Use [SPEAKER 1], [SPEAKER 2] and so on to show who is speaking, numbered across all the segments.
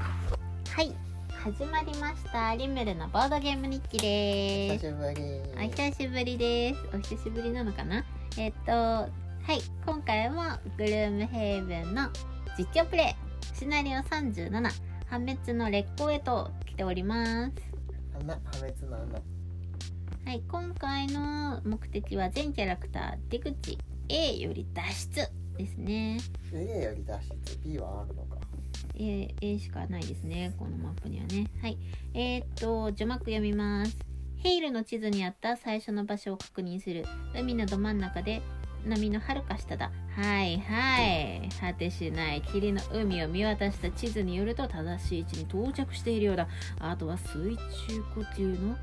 [SPEAKER 1] はい始まりましたリムルのボードゲーム日記で
[SPEAKER 2] 久
[SPEAKER 1] す
[SPEAKER 2] しぶり
[SPEAKER 1] お久しぶりですお久しぶりなのかなえっとはい今回もグルームヘイブンの実況プレイシナリオ37破滅の烈光へと来ております
[SPEAKER 2] 穴破滅の穴
[SPEAKER 1] はい、今回の目的は全キャラクター出口 A より脱出ですね。
[SPEAKER 2] A より脱出 B はあるのか
[SPEAKER 1] A, A しかないですね、このマップにはね。はい。えーっと、序幕読みます。ヘイルの地図にあった最初の場所を確認する。海のど真ん中で、波のはるか下だ。はいはい。果てしない霧の海を見渡した地図によると正しい位置に到着しているようだ。あとは水中呼吸の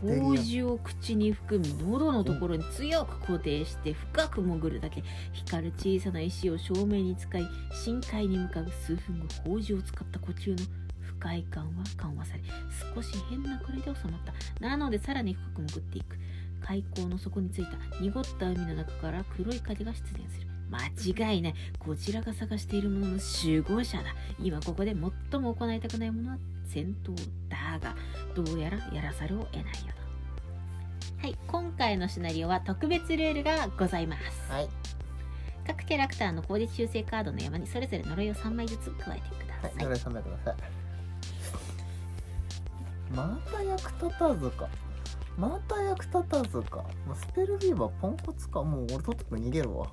[SPEAKER 1] 麹を口に含み喉のところに強く固定して深く潜るだけ光る小さな石を正面に使い深海に向かう数分後麹を使った呼吸の不快感は緩和され少し変なくらいで収まったなのでさらに深く潜っていく海溝の底についた濁った海の中から黒い影が出現する間違いないこちらが探しているものの集合者だ今ここで最も行いたくないものは戦闘だがどうやらやらざるを得ないようだはい今回のシナリオは特別ルールがございます
[SPEAKER 2] はい
[SPEAKER 1] 各キャラクターの攻撃修正カードの山にそれぞれ呪いを3枚ずつ加えてくださ
[SPEAKER 2] はい
[SPEAKER 1] い、
[SPEAKER 2] それ冷めてくださいまた役立たずかまた役立たずかもうスペルビーバーポンコツかもう俺とっとく逃げるわ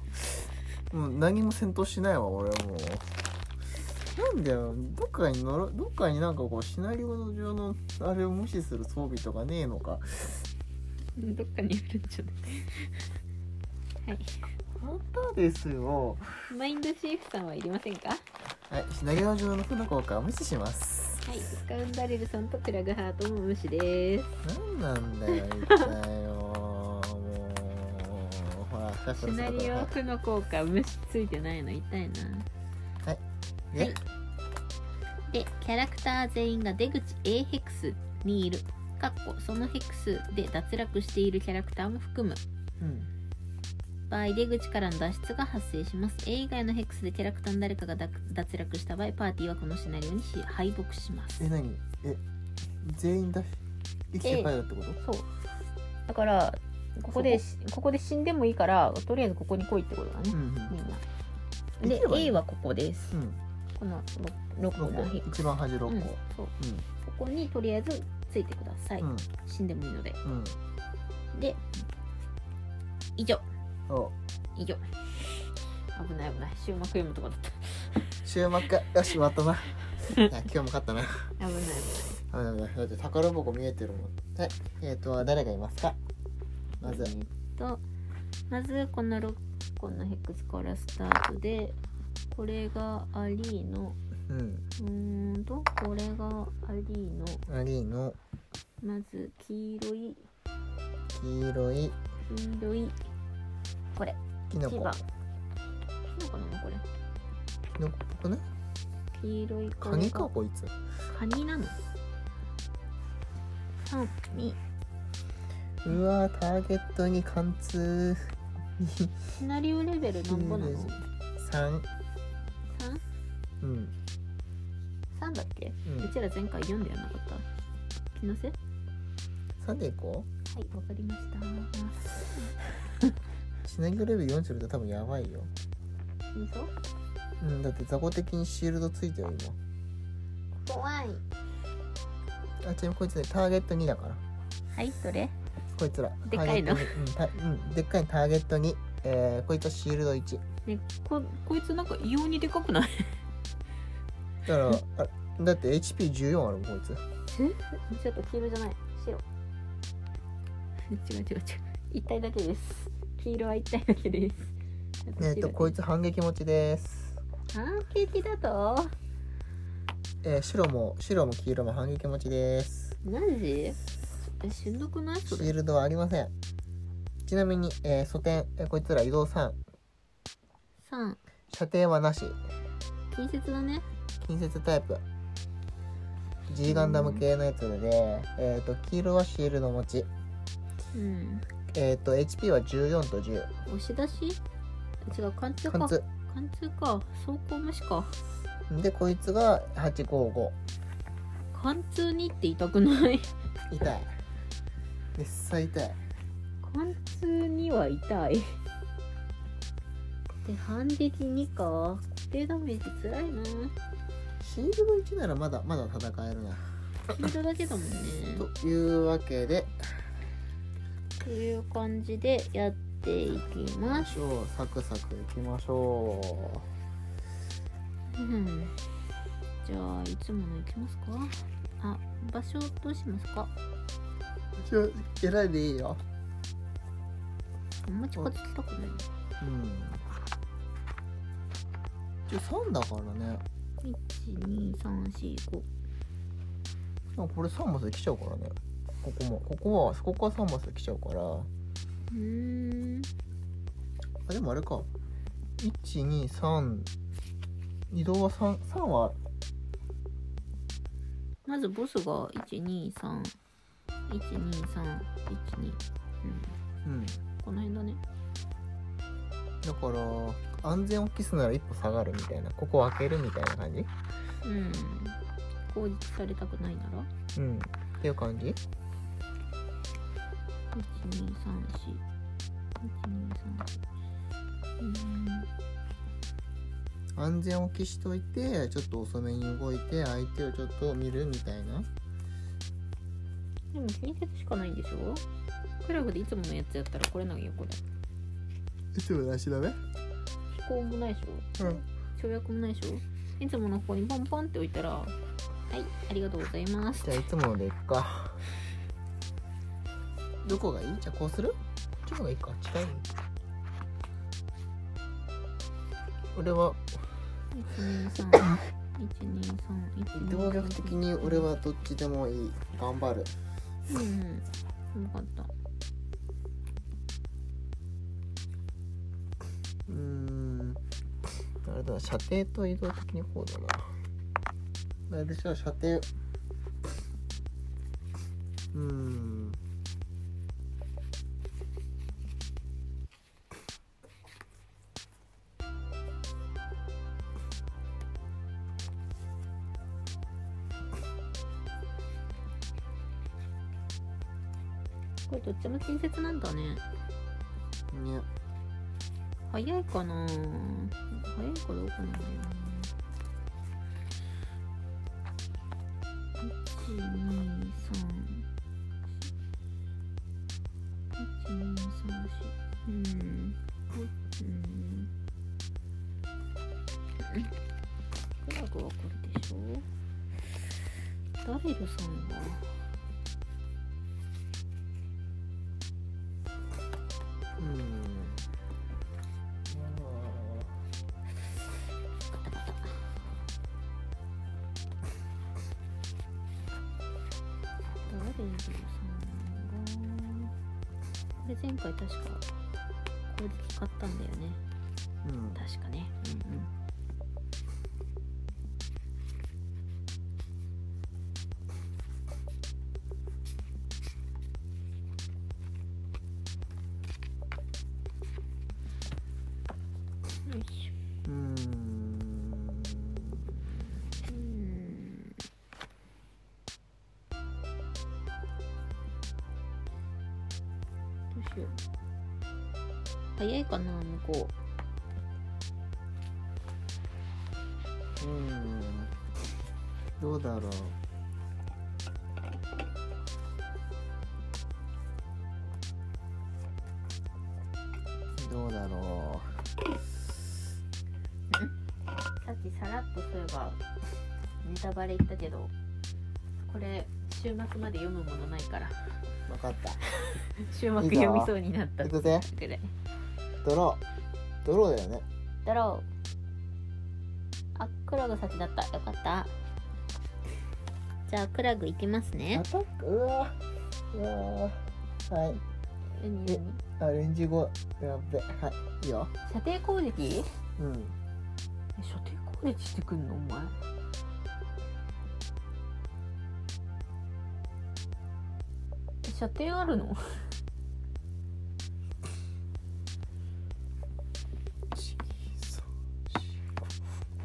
[SPEAKER 2] もう何も戦闘しないわ俺はもうなんだよどっかにのろどっかになんかこうシナリオ上のあれを無視する装備とかねえのか
[SPEAKER 1] どっかにいるんじゃないはい
[SPEAKER 2] またですよ
[SPEAKER 1] マインドシーフさんはいりませんか
[SPEAKER 2] はいシナリオ上の負の効果を無視します
[SPEAKER 1] はい、スカウンダレルさんとプラグハートも無視です。
[SPEAKER 2] なんなんだよ一体よもうほらさっ
[SPEAKER 1] シ
[SPEAKER 2] さと
[SPEAKER 1] ナリオ負の効果無視ついてないの痛いな。
[SPEAKER 2] え
[SPEAKER 1] で、キャラクター全員が出口 A ヘクスにいる。かっこそのヘクスで脱落しているキャラクターも含む
[SPEAKER 2] うん
[SPEAKER 1] 場合出口からの脱出が発生します A 以外のヘクスでキャラクターの誰かが脱脱落した場合パーティーはこのシナリオにし敗北します
[SPEAKER 2] え何え全員だし生きて帰るってこと
[SPEAKER 1] そうだからこ
[SPEAKER 2] こで
[SPEAKER 1] ここで死んでもいいからとりあえずここに来いってことだね
[SPEAKER 2] うん
[SPEAKER 1] みんな
[SPEAKER 2] で
[SPEAKER 1] で
[SPEAKER 2] きればいい
[SPEAKER 1] A はここです
[SPEAKER 2] うん
[SPEAKER 1] この6個
[SPEAKER 2] 六
[SPEAKER 1] の
[SPEAKER 2] 個
[SPEAKER 1] ヘク
[SPEAKER 2] 一番端六個
[SPEAKER 1] う
[SPEAKER 2] うんん
[SPEAKER 1] そうここにとりあえずついてください、
[SPEAKER 2] うん
[SPEAKER 1] 死んでもいいので
[SPEAKER 2] うん
[SPEAKER 1] で以上
[SPEAKER 2] お
[SPEAKER 1] 以上危ない危ない終幕読むとこだった
[SPEAKER 2] 終幕かよし終わっ たないや今日も勝ったな
[SPEAKER 1] 危ない危ない
[SPEAKER 2] あだめだだって宝箱見えてるもんはいえっ、ー、と誰がいますかまず
[SPEAKER 1] えーっとまずこの6個のヘックスからスタートでこれがアリーノ
[SPEAKER 2] うん
[SPEAKER 1] うーんとこれがアリーノ
[SPEAKER 2] アリーの
[SPEAKER 1] まず黄色い
[SPEAKER 2] 黄色い
[SPEAKER 1] 黄色いこれ
[SPEAKER 2] きの
[SPEAKER 1] キ
[SPEAKER 2] こ
[SPEAKER 1] バキノコなのこれ
[SPEAKER 2] きのこっぽくね
[SPEAKER 1] 黄色いこ
[SPEAKER 2] カ
[SPEAKER 1] れ
[SPEAKER 2] ニ
[SPEAKER 1] が
[SPEAKER 2] かこいつ
[SPEAKER 1] カニなの3に
[SPEAKER 2] うわーターゲットに貫通
[SPEAKER 1] シナリオレベルなんぼなの
[SPEAKER 2] 黄
[SPEAKER 1] 3?3
[SPEAKER 2] 色い三うん
[SPEAKER 1] だっけ、
[SPEAKER 2] う
[SPEAKER 1] うんちら前回4でやんなかった気のせい
[SPEAKER 2] 三でいこ
[SPEAKER 1] はいわかりました
[SPEAKER 2] うシナリオレベル40だと多分やばいよ
[SPEAKER 1] いいぞ
[SPEAKER 2] うんだって雑魚的にシールドついてる
[SPEAKER 1] 怖い
[SPEAKER 2] 今あちなみにこいつねターゲット2だから
[SPEAKER 1] はいどれ
[SPEAKER 2] こいつら
[SPEAKER 1] でっかいの
[SPEAKER 2] ターゲットにうんたうんでっかいターゲットにえー、こいつはシールド1
[SPEAKER 1] ねここいつなんか異様にでかくない
[SPEAKER 2] だ からあだって HP14 あるもんこいつ
[SPEAKER 1] ちょっと黄色じゃない白違う違う違う一体だけです黄色は一体だけです
[SPEAKER 2] えっ、とこいつ反撃持ちです
[SPEAKER 1] つ半ケーキだと
[SPEAKER 2] えー、白も白も黄色も反撃持ちです
[SPEAKER 1] 何時えしんどくない
[SPEAKER 2] シ
[SPEAKER 1] それ
[SPEAKER 2] ールドはありませんちなみに、えー、素点、えーこいつら移動3
[SPEAKER 1] 3
[SPEAKER 2] 射程はなし
[SPEAKER 1] 近接だね
[SPEAKER 2] 近接タイプ G ガンダム系のやつで、えー、と黄色はシールド持ち、
[SPEAKER 1] うん
[SPEAKER 2] えー、と HP は14と10
[SPEAKER 1] 押し出し違う貫通か
[SPEAKER 2] 貫通
[SPEAKER 1] 貫通か走行無視か
[SPEAKER 2] でこいつが855
[SPEAKER 1] 貫通にって痛くない
[SPEAKER 2] 痛いめっさ痛い
[SPEAKER 1] 貫通には痛いで反撃2か固定ダメージつらいな
[SPEAKER 2] シールド1ならまだまだ戦えるな
[SPEAKER 1] フィールドだけだもんね
[SPEAKER 2] というわけで
[SPEAKER 1] という感じでやっていきま
[SPEAKER 2] ま
[SPEAKER 1] し
[SPEAKER 2] しょうサクサクいきましょ
[SPEAKER 1] ょう、うん、じゃあいつものいきますかあ場所どうしますか
[SPEAKER 2] うじゃあ選いでいいよ
[SPEAKER 1] あんま近づきたくない
[SPEAKER 2] うんじゃ3だからね
[SPEAKER 1] 12345
[SPEAKER 2] でもこれ3マスで来ちゃうからねここもここはここは3マスで来ちゃうから
[SPEAKER 1] うーん
[SPEAKER 2] あでもあれか123移動は3三は
[SPEAKER 1] まずボスが12312312うん
[SPEAKER 2] うん
[SPEAKER 1] この辺だね
[SPEAKER 2] だから安全を期すなら一歩下がるみたいなここを開けるみたいな感じ
[SPEAKER 1] うん攻撃されたくないなら
[SPEAKER 2] うんっていう感じ
[SPEAKER 1] 1 2 3 4 1 2 3 4うーん
[SPEAKER 2] 安全を期しといてちょっと遅めに動いて相手をちょっと見るみたいな
[SPEAKER 1] でも近鉄しかないんでしょクラブでいつものやつやったら来れないよこれ
[SPEAKER 2] いつもなしだね
[SPEAKER 1] 飛行もないでしょ
[SPEAKER 2] うん
[SPEAKER 1] 跳躍もないでしょいつものここにポンポンって置いたらはいありがとうございます
[SPEAKER 2] じゃあいつものでいくかどこがいいじゃあこうするどこがいいか近い俺は
[SPEAKER 1] 1231231231
[SPEAKER 2] 動力的に俺はどっちでもいい頑張る
[SPEAKER 1] うんうんよかった
[SPEAKER 2] うーんあれだな射程と移動的にこうだなあれでしょ射程うーん
[SPEAKER 1] これどっちも近接なんだね
[SPEAKER 2] ね
[SPEAKER 1] 早いかな早いかどうかなんだよな1231234うんうんクラブはこれでしょダレルさんは
[SPEAKER 2] うーん
[SPEAKER 1] ダレルさんがこれ前回確かこれで使ったんだよね
[SPEAKER 2] うん
[SPEAKER 1] 確かねうんうんよいし
[SPEAKER 2] うーん
[SPEAKER 1] ょうんどうしよう早いかな向こ
[SPEAKER 2] うーんどうだろうどうだろ
[SPEAKER 1] うさっきさらっとそういえばネタバレ言ったけどこれ週末まで読むものない から
[SPEAKER 2] う分かった
[SPEAKER 1] 週末読みそうになった
[SPEAKER 2] 行くぜ
[SPEAKER 1] ぐらい
[SPEAKER 2] ドロードローだよね
[SPEAKER 1] だろうあクラグ先だったよかったじゃあクラグ行きますね
[SPEAKER 2] アタックうわうわはい
[SPEAKER 1] 何
[SPEAKER 2] えアレンジ後やっべはいいいよ
[SPEAKER 1] 射程攻撃
[SPEAKER 2] うん
[SPEAKER 1] え射程攻撃してくんのお前え射程あるの
[SPEAKER 2] こ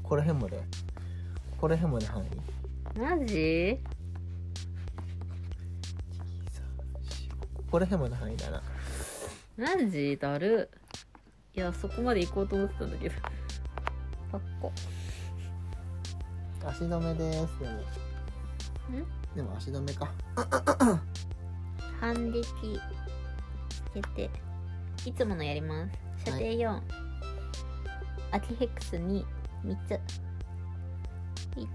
[SPEAKER 2] こら辺までこら辺まで範囲
[SPEAKER 1] マジ
[SPEAKER 2] ここら辺まで範囲だな
[SPEAKER 1] マジだるいやそこまで行こうと思ってたんだけどパッコ
[SPEAKER 2] 足止めですでもでも足止めか
[SPEAKER 1] 半力つけていつものやります射程4、アキヘックス23つ1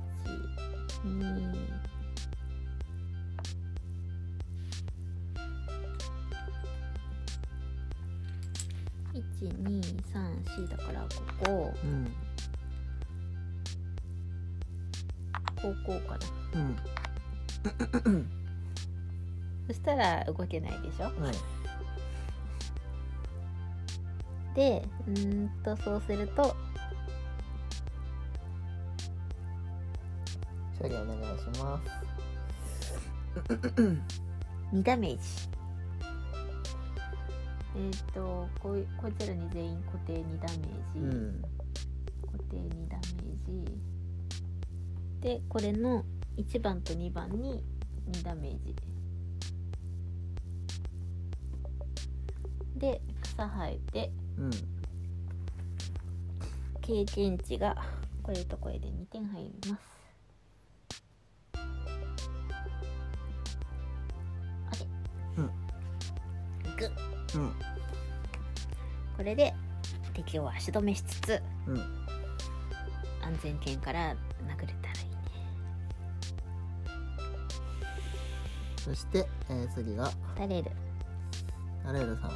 [SPEAKER 1] 2 1,2,3,4だからここ
[SPEAKER 2] うん
[SPEAKER 1] こうこうかな
[SPEAKER 2] うん
[SPEAKER 1] そしたら動けないでしょ
[SPEAKER 2] はい
[SPEAKER 1] でうーんとそうすると
[SPEAKER 2] 処理お願いします
[SPEAKER 1] 2ダメージえっ、とこいこいつらに全員固定2ダメージ、
[SPEAKER 2] うん
[SPEAKER 1] 固定2ダメージでこれの1番と2番に2ダメージで草生えて
[SPEAKER 2] うん
[SPEAKER 1] 経験値がこれとこれで2点入りますあれ
[SPEAKER 2] うん
[SPEAKER 1] グッ
[SPEAKER 2] うん
[SPEAKER 1] これで敵を足止めしつつ
[SPEAKER 2] うん
[SPEAKER 1] 安全圏から殴れたらいいね
[SPEAKER 2] そして、えー、次が
[SPEAKER 1] ダレル
[SPEAKER 2] アレルさん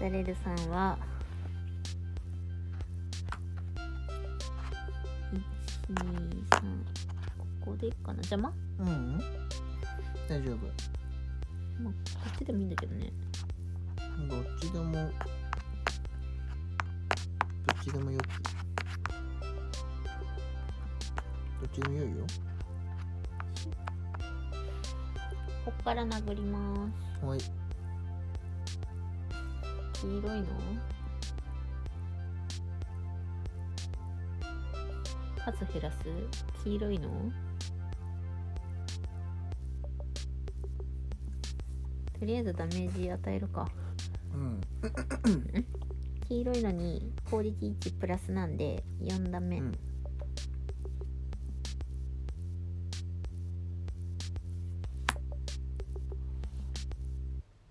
[SPEAKER 1] ダレルさんは123ここでいくかな邪魔
[SPEAKER 2] うん大丈夫
[SPEAKER 1] まあ、こっちでもいいんだけどね
[SPEAKER 2] どっちでもどっちでもよきどっちでもよいよ
[SPEAKER 1] こっから殴りま
[SPEAKER 2] はい
[SPEAKER 1] す黄色いの数減らす黄色いのとりあえずダメージ与えるか
[SPEAKER 2] うん
[SPEAKER 1] 黄色いのに攻撃1プラスなんで4段目、
[SPEAKER 2] うん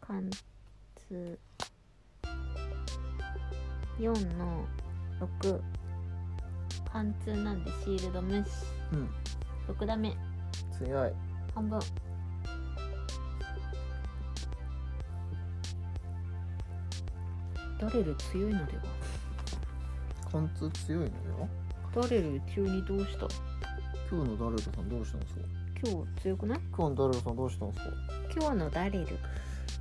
[SPEAKER 1] 貫通4の6貫通なんでシールド無視
[SPEAKER 2] うん
[SPEAKER 1] 6段目
[SPEAKER 2] 強い
[SPEAKER 1] 半分ダレル強いのでは
[SPEAKER 2] 貫通強いのよ
[SPEAKER 1] ダレル急にどうした
[SPEAKER 2] 今日のダルトさんどうしたんですか
[SPEAKER 1] 今日強くない
[SPEAKER 2] 今日のダルトさんどうしたんですか
[SPEAKER 1] 今日のダレル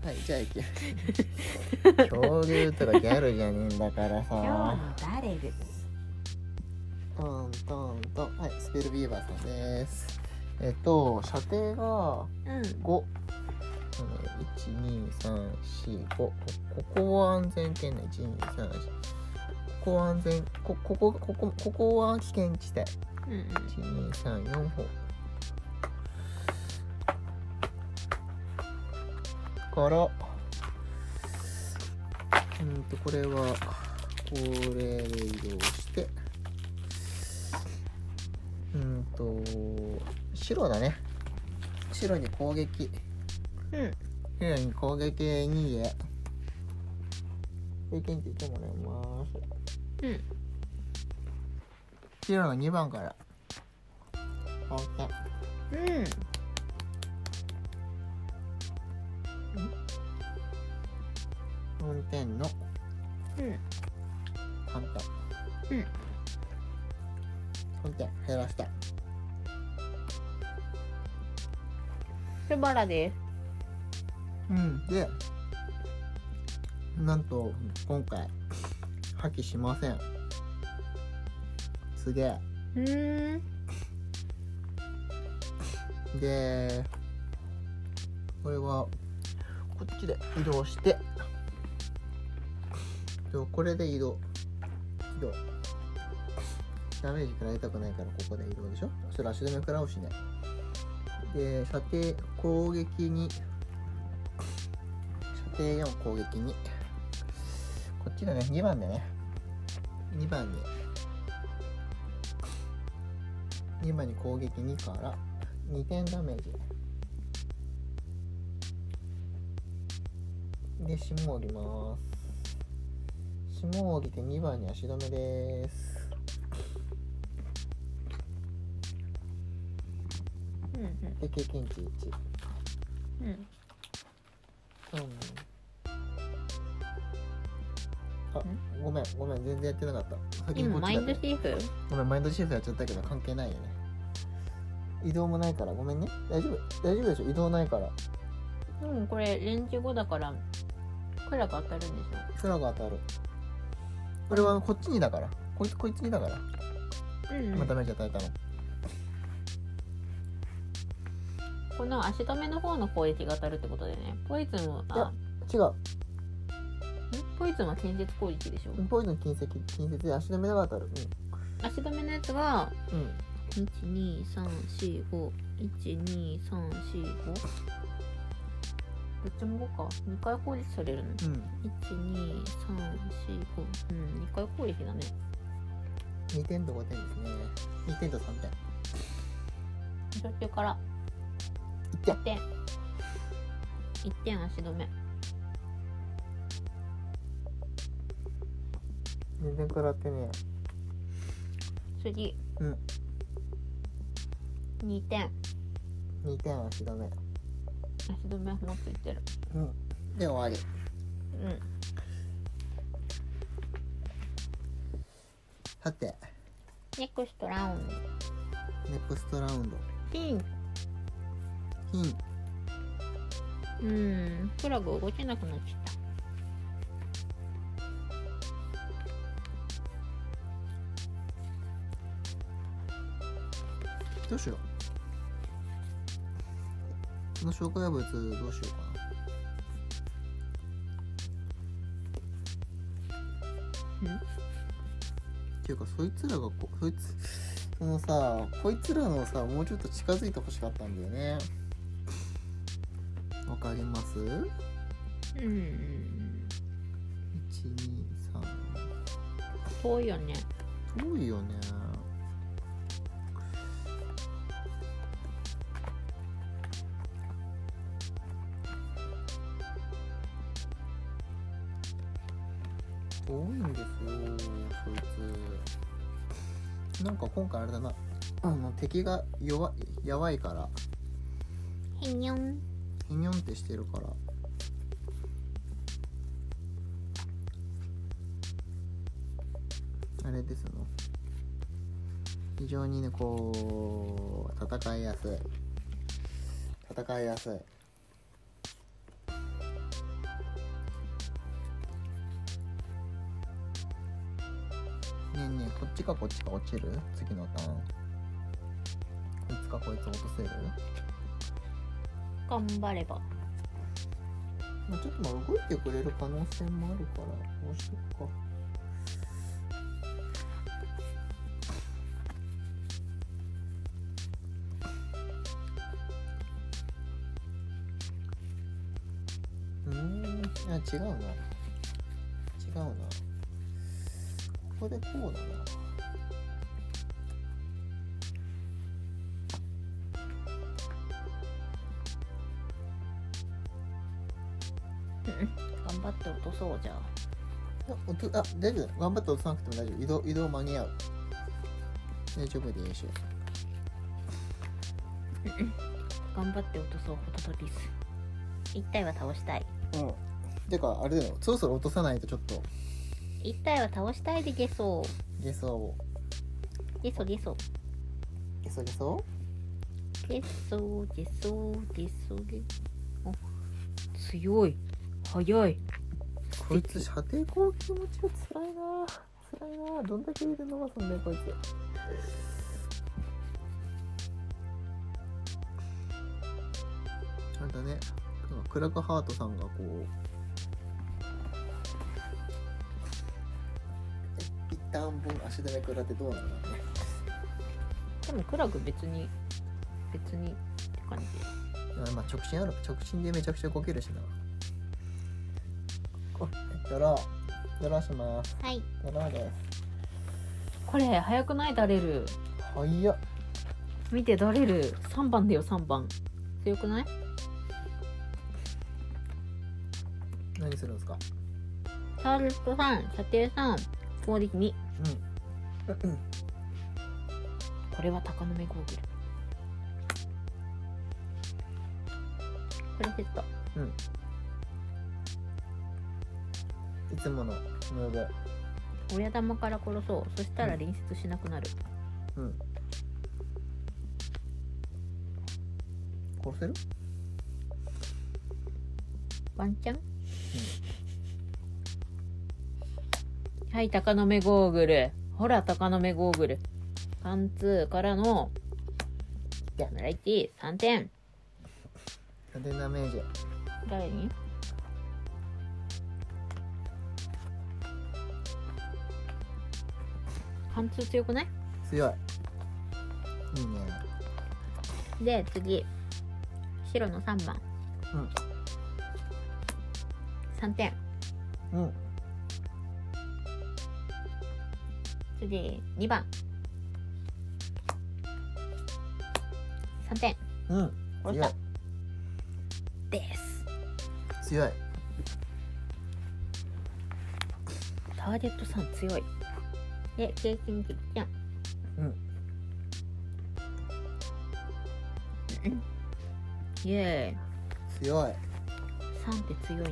[SPEAKER 2] はいじゃあ行け恐竜とかギャルじゃねえんだから
[SPEAKER 1] 今
[SPEAKER 2] さ
[SPEAKER 1] 日のダレル
[SPEAKER 2] トントントンはいスペルビーバーさんですえっと射程が
[SPEAKER 1] うん
[SPEAKER 2] 5うん12345こここは安全圏内1234ここは安全こここここここは危険地帯
[SPEAKER 1] うん
[SPEAKER 2] 1234歩からうーんとこれはこれで移動してうーんと白だね白に攻撃
[SPEAKER 1] うんうん
[SPEAKER 2] 白に攻撃2で経験値いてもらいます
[SPEAKER 1] うん
[SPEAKER 2] 白の2番から OK
[SPEAKER 1] うん
[SPEAKER 2] 運転の
[SPEAKER 1] うん
[SPEAKER 2] 反対
[SPEAKER 1] うん
[SPEAKER 2] 反対減らした
[SPEAKER 1] スバラで
[SPEAKER 2] うんでなんと今回破棄しませんすげ
[SPEAKER 1] す
[SPEAKER 2] え
[SPEAKER 1] うん
[SPEAKER 2] でこれはこっちで移動してとこれで移動移動ダメージ食らいたくないからここで移動でしょそしたら足止め食らうしねで射程攻撃に射程4攻撃にこっちだね2番でね2番に2番に攻撃2から2点ダメージで霜を降ります霜を降りて2番に足止めです
[SPEAKER 1] うんうん
[SPEAKER 2] で経験値1
[SPEAKER 1] うん
[SPEAKER 2] うんあごめんごめん全然やってなかった先に
[SPEAKER 1] 今
[SPEAKER 2] こっ
[SPEAKER 1] マ
[SPEAKER 2] ち
[SPEAKER 1] イ
[SPEAKER 2] だ
[SPEAKER 1] ンドシーフ
[SPEAKER 2] ごめんマインドシフトやっちゃったけど関係ないよね移動もないからごめんね大丈夫大丈夫でしょ移動ないから
[SPEAKER 1] うんこれレンジ後だからクラが当たるんでし
[SPEAKER 2] 空が当たるこれはこっちにだからこいつこいつにだから
[SPEAKER 1] ょうん、う
[SPEAKER 2] 今
[SPEAKER 1] ん
[SPEAKER 2] ダメージ与えたの
[SPEAKER 1] この足止めの方の攻撃が当たるってことでねポイズンは
[SPEAKER 2] 違
[SPEAKER 1] ん
[SPEAKER 2] う
[SPEAKER 1] ポイズンは近接攻撃でしょ
[SPEAKER 2] ポイズン近接近接で足止めが当たる
[SPEAKER 1] 足止めのやつが
[SPEAKER 2] うん、うん、
[SPEAKER 1] 12345 12345どっちも5か2回攻撃されるの
[SPEAKER 2] うん、
[SPEAKER 1] 12345うん2回攻撃だね
[SPEAKER 2] 2点と5点ですね2点と3点
[SPEAKER 1] 途中から
[SPEAKER 2] 1点
[SPEAKER 1] 1点1点足止め
[SPEAKER 2] 全然食らってね
[SPEAKER 1] 次
[SPEAKER 2] うん
[SPEAKER 1] 2点
[SPEAKER 2] 2点足止め
[SPEAKER 1] 足止めもついてる
[SPEAKER 2] うんで終わり
[SPEAKER 1] うん
[SPEAKER 2] さて
[SPEAKER 1] ネクストラウンド
[SPEAKER 2] ネクストラウンド
[SPEAKER 1] ピン
[SPEAKER 2] 金
[SPEAKER 1] うんプラグ動けなくなっちゃった
[SPEAKER 2] どうしようこの障害物どうしようかな
[SPEAKER 1] うん
[SPEAKER 2] っていうかそいつらがこそいつそのさこいつらのさもうちょっと近づいてほしかったんだよねわかります
[SPEAKER 1] うん、遠いよね。
[SPEAKER 2] 123遠いよね多いんですよそいつなんか今回あれだなあの敵が弱いやばいから
[SPEAKER 1] へにょん。
[SPEAKER 2] ひにょんってしてるからあれですの非常にねこう戦いやすい戦いやすいねえねえこっちかこっちか落ちる次のターンこいつかこいつ落とせる
[SPEAKER 1] 頑張れば。
[SPEAKER 2] まあ、ちょっとまあ動いてくれる可能性もあるからこうしとくかうーんあ違うな違うなここでこうだな
[SPEAKER 1] 頑張って落とそうじゃあ。
[SPEAKER 2] あおとあ大丈夫頑張って落とさなくても大丈夫移動移動間に合う大丈夫でしょ
[SPEAKER 1] 頑張って落とそう、ホトトリス。一体は倒したい。
[SPEAKER 2] うんてかあれだよそろそろ落とさないとちょっと
[SPEAKER 1] 一体は倒したいでゲソ。
[SPEAKER 2] ゲソを
[SPEAKER 1] ゲソゲソ。
[SPEAKER 2] ゲソゲソ
[SPEAKER 1] ゲソゲソゲソゲソ。お強い。速い。
[SPEAKER 2] こいつ射程攻撃もちろん辛いな辛いなどんだけ腕伸ばすんだよこいつあれだねなんかクラクハートさんがこう「いっターン分足止め食らってどうなるのかね
[SPEAKER 1] でもクラグ別に別にって感じ
[SPEAKER 2] あまあ直進ある直進でめちゃくちゃこけるしなドロードローします
[SPEAKER 1] はい
[SPEAKER 2] ドローです
[SPEAKER 1] これ早くないだれる
[SPEAKER 2] 早っ
[SPEAKER 1] 見てだれる3番だよ3番強くない
[SPEAKER 2] 何するんですか
[SPEAKER 1] チャールズさん査定さん攻撃2
[SPEAKER 2] うん
[SPEAKER 1] これは鷹の目ゴーグルこれセット
[SPEAKER 2] いつものムーブ
[SPEAKER 1] 親玉から殺そうそしたら隣接しなくなる、
[SPEAKER 2] うん殺せる
[SPEAKER 1] ワンチャン、はい鷹の目ゴーグルほら鷹の目ゴーグルパンツーからのジャムライティ3点
[SPEAKER 2] 派手ダメージ
[SPEAKER 1] 誰に貫通強くない
[SPEAKER 2] 強いいいね
[SPEAKER 1] で次白の3番
[SPEAKER 2] うん
[SPEAKER 1] 3点
[SPEAKER 2] うん
[SPEAKER 1] 次2番3点
[SPEAKER 2] うん
[SPEAKER 1] これ
[SPEAKER 2] 強い
[SPEAKER 1] だです
[SPEAKER 2] 強い
[SPEAKER 1] ターゲットさん強いで経験10点
[SPEAKER 2] うん
[SPEAKER 1] イエーイ
[SPEAKER 2] 強い
[SPEAKER 1] 3って強いな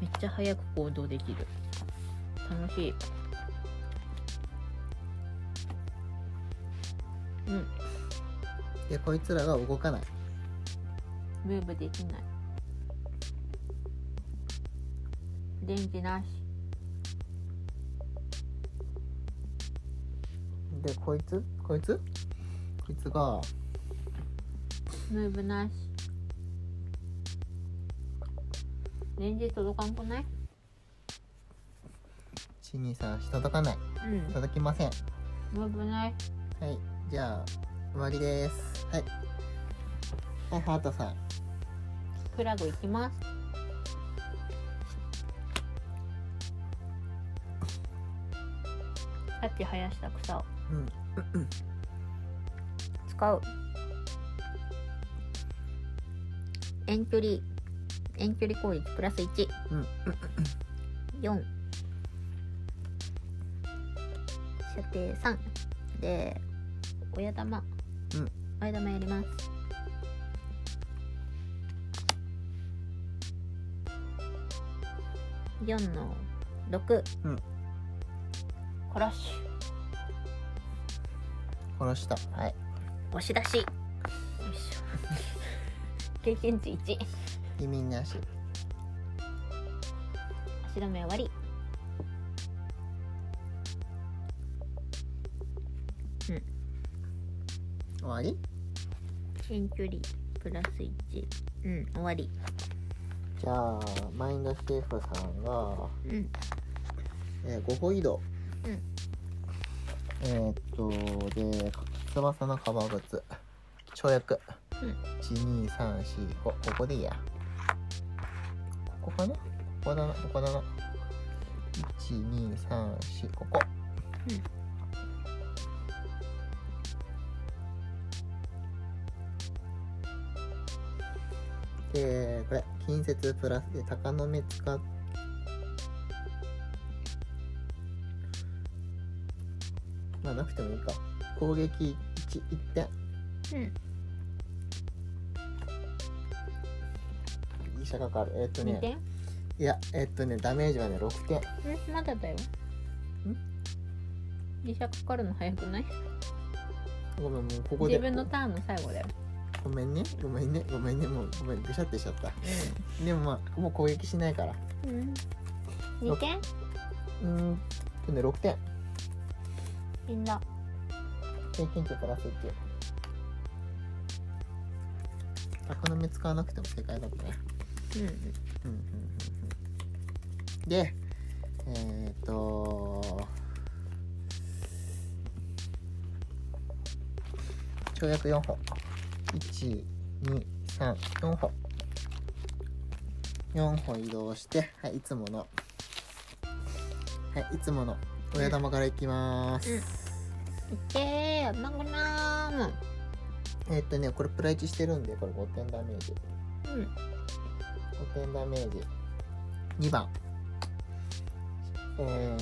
[SPEAKER 1] めっちゃ早く行動できる楽しいうん
[SPEAKER 2] でこいつらが動かない
[SPEAKER 1] ムーブできない電気なし
[SPEAKER 2] でこいつこいつこいつが
[SPEAKER 1] ムーブなしレンジ届かんくない
[SPEAKER 2] 123届かない
[SPEAKER 1] うん
[SPEAKER 2] 届きません
[SPEAKER 1] ムーブない
[SPEAKER 2] はいじゃあ終わりですはいはいハートさん
[SPEAKER 1] プラグいきますさっき生やした草を
[SPEAKER 2] うん
[SPEAKER 1] 使う遠距離遠距離攻撃プラス1
[SPEAKER 2] うん
[SPEAKER 1] 4射程3で親玉、
[SPEAKER 2] うん
[SPEAKER 1] 親玉やります4の6、
[SPEAKER 2] うん
[SPEAKER 1] コラッシ
[SPEAKER 2] 殺したはい
[SPEAKER 1] ュ押し出しよいしょ経験値1
[SPEAKER 2] 移民なし
[SPEAKER 1] 足止め終わり
[SPEAKER 2] 終わり
[SPEAKER 1] 遠距離プラス1うん終わり
[SPEAKER 2] じゃあマインドステーフさんが、
[SPEAKER 1] うん
[SPEAKER 2] えー、5歩移動
[SPEAKER 1] うん
[SPEAKER 2] えー、っとで翼の革靴跳躍、
[SPEAKER 1] うん
[SPEAKER 2] 12345ここでいいやここかなここだなここだな1234ここでこれ近接プラスで鷹の目使まあなくてもいいか攻撃 1, 一点
[SPEAKER 1] うん
[SPEAKER 2] 医者かかるえっ、と
[SPEAKER 1] 見
[SPEAKER 2] ね
[SPEAKER 1] て、
[SPEAKER 2] いやえっ、とねダメージはね6点
[SPEAKER 1] んまだだよ医者かかるの早くない
[SPEAKER 2] ごめんもうここで
[SPEAKER 1] 自分のターンの最後だよ
[SPEAKER 2] ごめんねごめんねごめんねもうごめんぐしゃってしちゃったでもまあもう攻撃しないから
[SPEAKER 1] うん2点
[SPEAKER 2] うーんとね6点
[SPEAKER 1] みんな
[SPEAKER 2] 経験値プラス1鷹の目使わなくても正解だったね
[SPEAKER 1] うん
[SPEAKER 2] うんうんうんうんでえー、っと跳躍4歩1234歩4歩移動してはいいつものはいいつもの親玉からいきます、
[SPEAKER 1] いってーマグナーム
[SPEAKER 2] えっとねこれプライチしてるんでこれ5点ダメージ
[SPEAKER 1] うん
[SPEAKER 2] 5点ダメージ2番え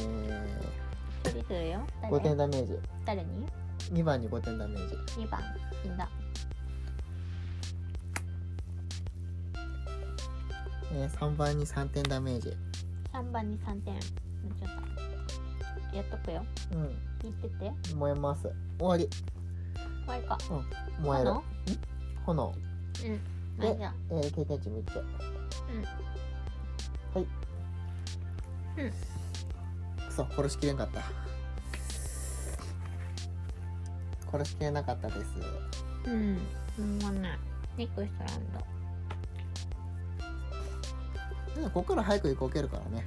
[SPEAKER 1] 処理するよ
[SPEAKER 2] ー、
[SPEAKER 1] 誰
[SPEAKER 2] 5点ダメージ
[SPEAKER 1] 誰に
[SPEAKER 2] 2番に5点ダメージ
[SPEAKER 1] 2番死んだ
[SPEAKER 2] えー、3番に3点ダメージ。
[SPEAKER 1] 3番に3点もうちょっとやっとくよ
[SPEAKER 2] う
[SPEAKER 1] 引いてて
[SPEAKER 2] ん、燃えます。終わり。
[SPEAKER 1] 怖いか
[SPEAKER 2] 燃える。
[SPEAKER 1] 炎
[SPEAKER 2] 炎。
[SPEAKER 1] まあじゃあ
[SPEAKER 2] えー、経験値3つ。はい。
[SPEAKER 1] うん
[SPEAKER 2] くそ、殺しきれなかった。殺しきれなかったです。
[SPEAKER 1] うんもうねネクストランド
[SPEAKER 2] でもここから早く動けるからね。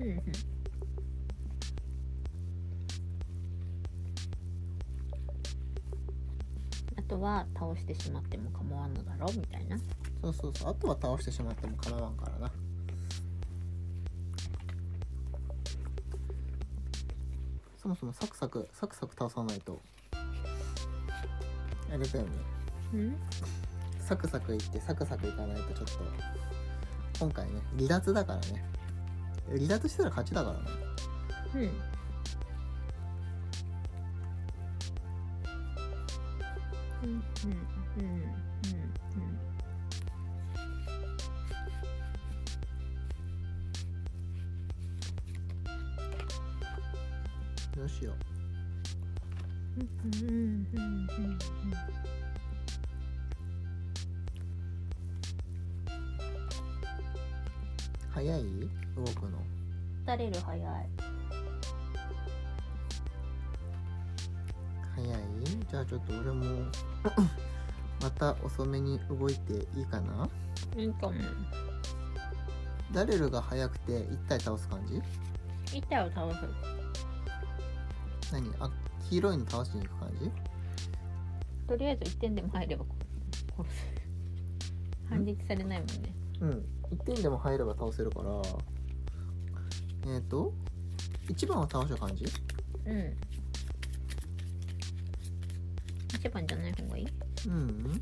[SPEAKER 1] うんうんあとは倒してしまっても構わぬだろうみたいな
[SPEAKER 2] そうそうそう。あとは倒してしまっても構わんからな。そもそもサクサク、サクサク倒さないと。あれだよね。
[SPEAKER 1] うん
[SPEAKER 2] サクサクいってサクサクいかないとちょっと今回ね離脱だからね離脱したら勝ちだからね
[SPEAKER 1] うんうんうんうんうん
[SPEAKER 2] どうしよ
[SPEAKER 1] うんうんうんうんうん
[SPEAKER 2] う早い動くの
[SPEAKER 1] 打たれる早い
[SPEAKER 2] 早いじゃあちょっと俺もまた遅めに動いていいかない
[SPEAKER 1] いかも
[SPEAKER 2] ダレルが早くて1体倒す感じ
[SPEAKER 1] 板を倒す
[SPEAKER 2] 何あ黄色いの倒しに行く感じ
[SPEAKER 1] とりあえず1点でも入れば殺す反撃されないもんね
[SPEAKER 2] うん1点でも入れば倒せるからえっ、ー、と1番を倒した感じ
[SPEAKER 1] うん一番じゃない方がいい
[SPEAKER 2] うん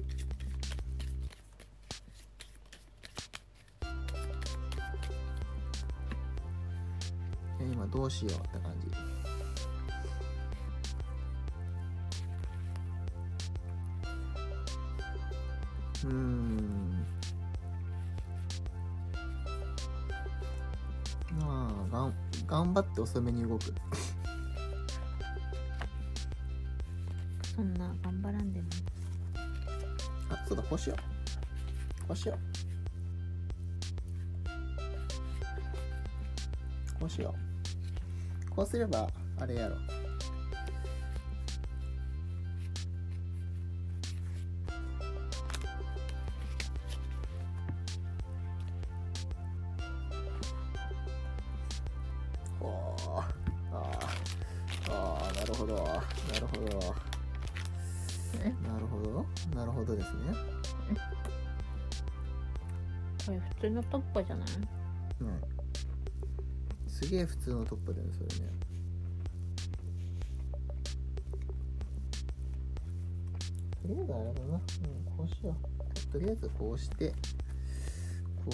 [SPEAKER 2] え今どうしようって感じうーんまあがん頑張って遅めに動く
[SPEAKER 1] そんな頑張らんでも
[SPEAKER 2] あそうだこうしようこうしようこうしようこうすればあれやろほうあーあーなるほどなるほどなるほどなるほどですね
[SPEAKER 1] これ普通の突破じゃない
[SPEAKER 2] うんすげえ普通のトップだよねそれねとりあえずあれだな、うん、こうしようとりあえずこうして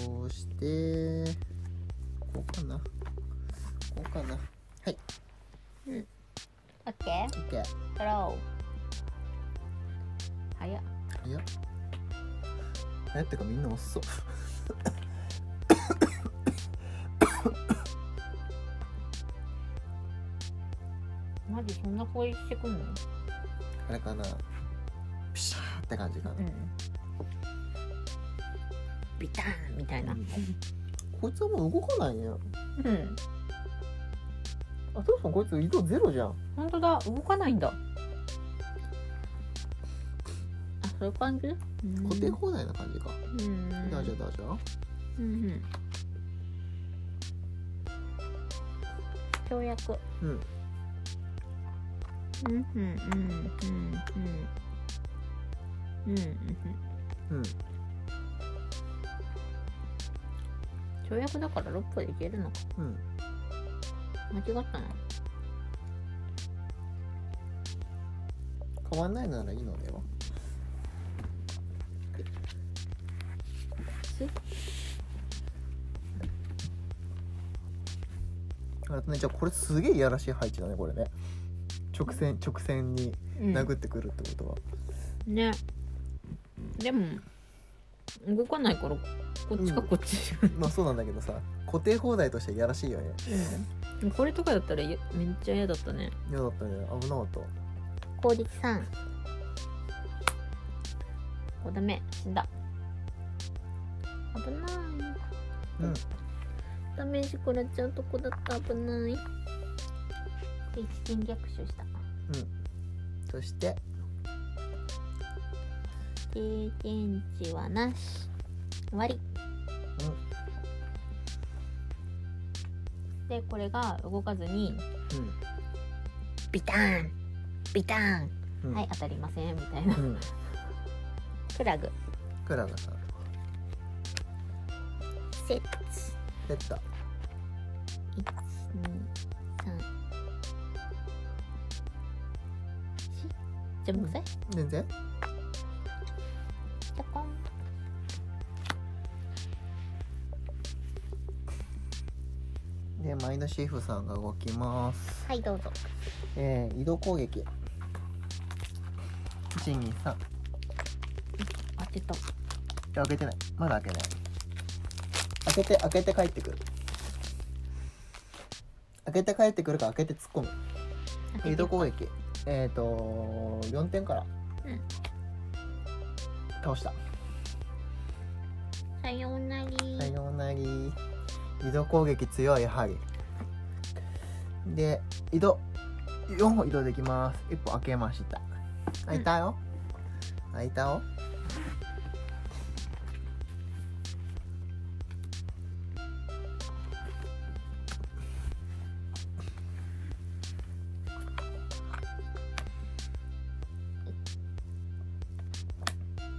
[SPEAKER 2] こうしてこうかなこうかなはい
[SPEAKER 1] オッケー
[SPEAKER 2] OK
[SPEAKER 1] ドロー早っ
[SPEAKER 2] いやえってかみんな遅そう
[SPEAKER 1] マジそんな声してくんの
[SPEAKER 2] あれかなピシャーって感じかな、
[SPEAKER 1] うんビターンみたいな
[SPEAKER 2] うんこいつはもう動かない
[SPEAKER 1] う
[SPEAKER 2] ね
[SPEAKER 1] ん
[SPEAKER 2] あそうそうこいつ移動ゼロじゃん
[SPEAKER 1] 本当だ動かないんだあそういう感じ
[SPEAKER 2] 固定放題な感じか、
[SPEAKER 1] うん
[SPEAKER 2] ダジャダジャ
[SPEAKER 1] うんうん跳躍
[SPEAKER 2] うん
[SPEAKER 1] うんうんうんうんうんうんうん
[SPEAKER 2] うん
[SPEAKER 1] 跳躍だから6歩でいけるのか
[SPEAKER 2] うん
[SPEAKER 1] 間違ったな
[SPEAKER 2] 変わんないならいいのでは
[SPEAKER 1] す
[SPEAKER 2] あれとねじゃあこれすげえいやらしい配置だねこれね直線直線に
[SPEAKER 1] うん
[SPEAKER 2] 殴ってくるってことは、
[SPEAKER 1] ねでも動かないからこっちか
[SPEAKER 2] うん
[SPEAKER 1] こっち、
[SPEAKER 2] まあそうなんだけどさ固定放題としていやらしいよね
[SPEAKER 1] うん、 これとかだったらやめっちゃ嫌だったね
[SPEAKER 2] 嫌だったね危なかった
[SPEAKER 1] 効率3おダメ死んだ危ない
[SPEAKER 2] うん
[SPEAKER 1] ダメージ食らっちゃうとこだった危ない一点逆襲した
[SPEAKER 2] そして
[SPEAKER 1] 経験値はなし終わり、でこれが動かずに
[SPEAKER 2] う
[SPEAKER 1] ビターンビターン、
[SPEAKER 2] んうん、
[SPEAKER 1] はい当たりませんみたいな
[SPEAKER 2] うん
[SPEAKER 1] クラグ
[SPEAKER 2] クラがさ
[SPEAKER 1] セッツ
[SPEAKER 2] ペッタ
[SPEAKER 1] 1 2 3じゃあもう一回
[SPEAKER 2] 全然
[SPEAKER 1] じゃこん
[SPEAKER 2] で前田シェフさんが動きます
[SPEAKER 1] はいどうぞ
[SPEAKER 2] えー、移動攻撃123
[SPEAKER 1] 当てた
[SPEAKER 2] 開けてないまだ開けない開けて開けて帰ってくる開けて帰ってくるか開けて突っ込む
[SPEAKER 1] 当てて
[SPEAKER 2] 移動攻撃えっ、ー、と4点から、
[SPEAKER 1] うん
[SPEAKER 2] 倒した
[SPEAKER 1] さようなり、
[SPEAKER 2] さようなり移動攻撃強いやはりで移動4歩移動できます1歩開けました開いたよ、開いたよ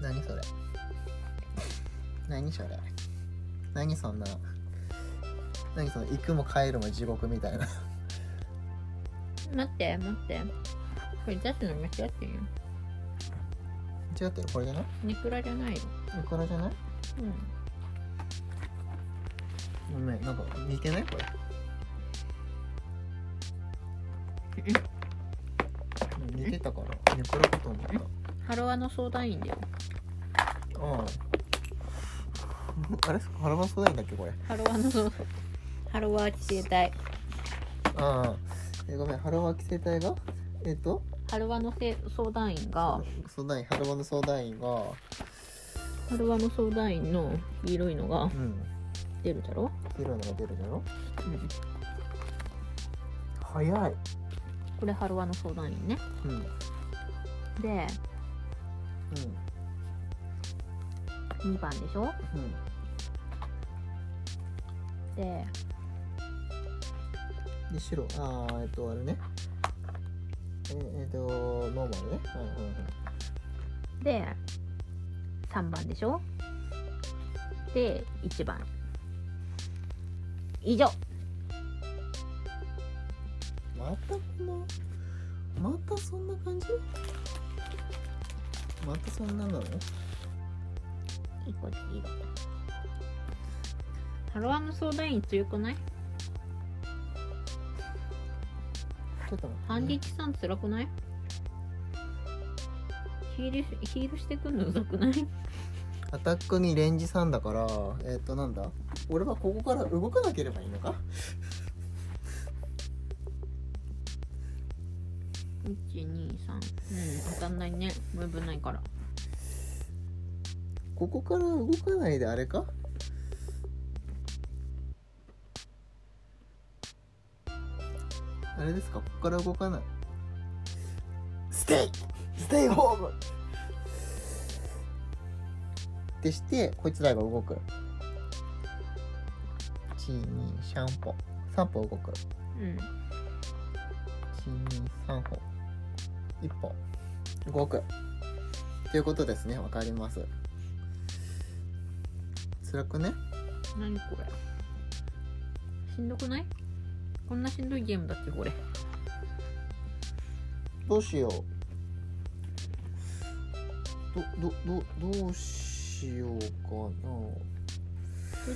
[SPEAKER 2] 何それ何それ何そんな何その行くも帰るも地獄みたいな
[SPEAKER 1] 待って待ってこれ出すの間違ってんよ
[SPEAKER 2] 違ってるこれじゃない
[SPEAKER 1] ネクラじゃないよ
[SPEAKER 2] これじゃない
[SPEAKER 1] うん
[SPEAKER 2] ごめんなんか似てないこれ似てたからねこれかと思った
[SPEAKER 1] ハロワの相談員だよ
[SPEAKER 2] あああれ腹ばそうないんだっけこれ
[SPEAKER 1] ハロワの相ハロワ自衛隊
[SPEAKER 2] ああえごめん腹は規制隊がえっと
[SPEAKER 1] ハロワのせ相談員が
[SPEAKER 2] 相談員腹ばの相談員が
[SPEAKER 1] ハロワの相談員の黄色いのが
[SPEAKER 2] うん
[SPEAKER 1] 出るだろ
[SPEAKER 2] 黄色いのが出るじゃろ
[SPEAKER 1] うん
[SPEAKER 2] 早い
[SPEAKER 1] これハロワの相談員ね
[SPEAKER 2] うんうん
[SPEAKER 1] で2番でしょ
[SPEAKER 2] うん
[SPEAKER 1] で
[SPEAKER 2] で白あーえっとあれねええっとノーマルねうんうんうん
[SPEAKER 1] で3番でしょで1番以上
[SPEAKER 2] またこのまたそんな感じまたそんななの
[SPEAKER 1] 一個でいいわハロワの相談員強くない
[SPEAKER 2] ちょっと
[SPEAKER 1] ハンディ
[SPEAKER 2] 待ってね
[SPEAKER 1] チさん辛くないヒールしヒールしてくんのうざくない
[SPEAKER 2] アタックにレンジ3だからえっとなんだ俺はここから動かなければいいのか
[SPEAKER 1] 123うん当たんないねムーブないから
[SPEAKER 2] ここから動かないであれかあれですかここから動かないステイステイホームってしてこいつらが動く123歩3歩動く
[SPEAKER 1] うん
[SPEAKER 2] 123歩1歩5億ということですねわかります辛くね
[SPEAKER 1] 何これしんどくないこんなしんどいゲームだっけこれ
[SPEAKER 2] どうしようどどどどうしようかな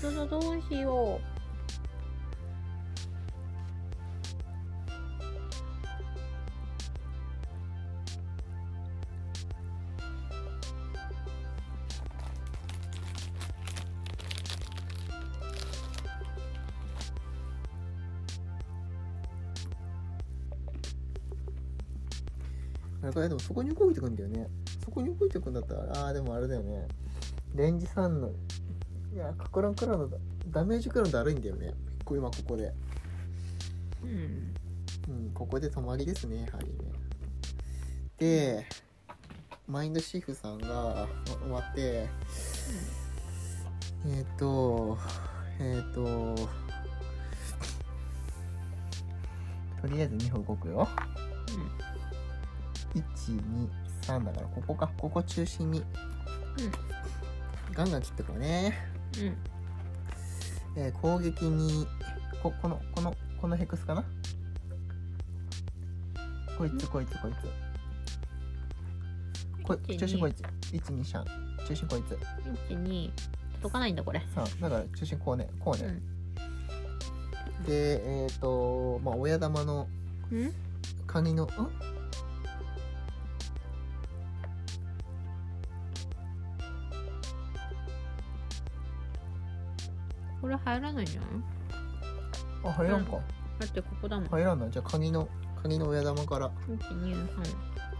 [SPEAKER 1] どどどどうしよ
[SPEAKER 2] あれかいでもそこに動いてくんだよねそこに動いてくんだったらああーでもあれだよねレンジさんのいやカコランクラウンのダメージ食らうのだるいんだよねこう今ここで
[SPEAKER 1] ううん
[SPEAKER 2] うん、ここで止まりですね、やはりね。で、マインドシーフさんがま終わって、えっ、と、えっ、と、とりあえず2歩動くよ。1、2、3だから、ここか、ここ中心に。ガンガン切ってこうね。
[SPEAKER 1] うんうん
[SPEAKER 2] えー攻撃にここのこのこのヘクスかなこいつこいつこいつこ
[SPEAKER 1] 一
[SPEAKER 2] い中心
[SPEAKER 1] 二
[SPEAKER 2] こいつ12シャン中心こいつ
[SPEAKER 1] 12届かないんだこれ
[SPEAKER 2] 3だから中心こうねこう
[SPEAKER 1] う
[SPEAKER 2] ね、
[SPEAKER 1] ん
[SPEAKER 2] でえっ、とまあ親玉の
[SPEAKER 1] うん
[SPEAKER 2] カニのん
[SPEAKER 1] これ入らないじゃん
[SPEAKER 2] あ入らんか、
[SPEAKER 1] だってここだもん
[SPEAKER 2] 入らんないじゃあカニのカニの親玉から
[SPEAKER 1] 123う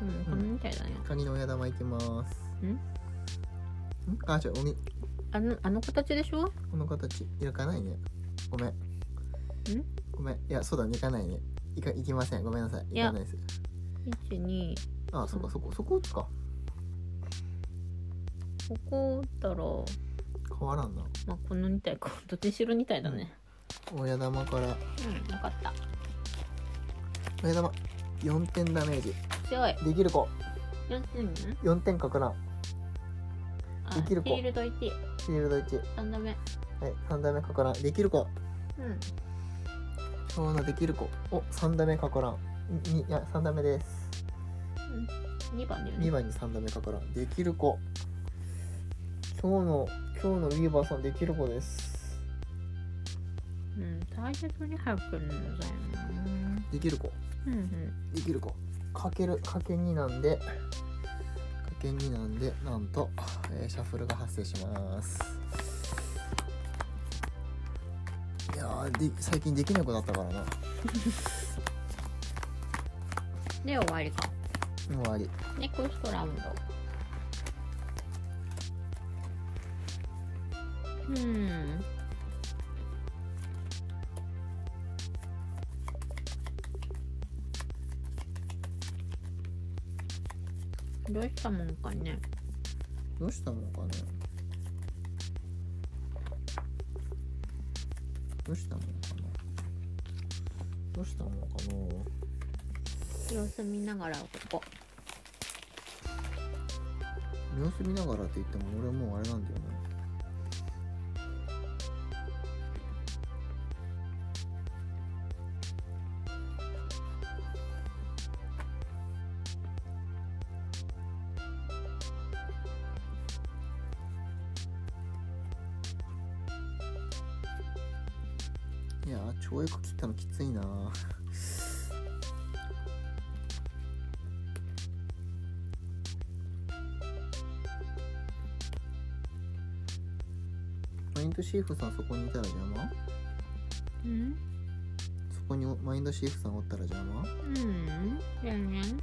[SPEAKER 1] んこのみたいだね
[SPEAKER 2] カニの親玉いきます
[SPEAKER 1] ん
[SPEAKER 2] んあじゃあ鬼
[SPEAKER 1] あのあの形でしょ
[SPEAKER 2] この形いかないねごめんごめんいやそうだねいかないねいかいきませんごめんなさい
[SPEAKER 1] い
[SPEAKER 2] い
[SPEAKER 1] や
[SPEAKER 2] かないです
[SPEAKER 1] 12
[SPEAKER 2] あそこそこそこ打つか
[SPEAKER 1] ここだろ
[SPEAKER 2] 変わらんな
[SPEAKER 1] うまあこの2体かどっちにしろ2体だね
[SPEAKER 2] 親玉か
[SPEAKER 1] うん
[SPEAKER 2] ら
[SPEAKER 1] 分かった
[SPEAKER 2] 親玉4点ダメージ
[SPEAKER 1] 強い
[SPEAKER 2] できる子
[SPEAKER 1] 要するにね
[SPEAKER 2] 4点かからん
[SPEAKER 1] あ
[SPEAKER 2] できる子
[SPEAKER 1] フィールド1
[SPEAKER 2] シールド1
[SPEAKER 1] 3度目
[SPEAKER 2] はい3ダメかからんできる子
[SPEAKER 1] うん
[SPEAKER 2] そうなできる子お3ダメかからんにいや3ダメです
[SPEAKER 1] 2番だよね
[SPEAKER 2] 2番に3ダメかからんできる子今日の今日のウィーバーさんできる子です
[SPEAKER 1] うん大切に入ってるんだよね
[SPEAKER 2] できる子
[SPEAKER 1] うんうん
[SPEAKER 2] できる子かけるかけ2なんでかけ2なんでなんと、えーシャッフルが発生しますいやーで最近できなくなったから
[SPEAKER 1] で
[SPEAKER 2] な
[SPEAKER 1] 終わりか
[SPEAKER 2] 終わり
[SPEAKER 1] ネクストラウンドうんどうしたもんかね
[SPEAKER 2] どうしたのかねどうしたのかなどうしたのかな
[SPEAKER 1] 様子見ながらここ
[SPEAKER 2] 様子見ながらって言っても俺もうあれなんだよねいやー懲役切ったのきついな マインドシーフさんそこにいたら邪魔
[SPEAKER 1] うん
[SPEAKER 2] そこにマインドシーフさんおったら邪魔
[SPEAKER 1] うん全然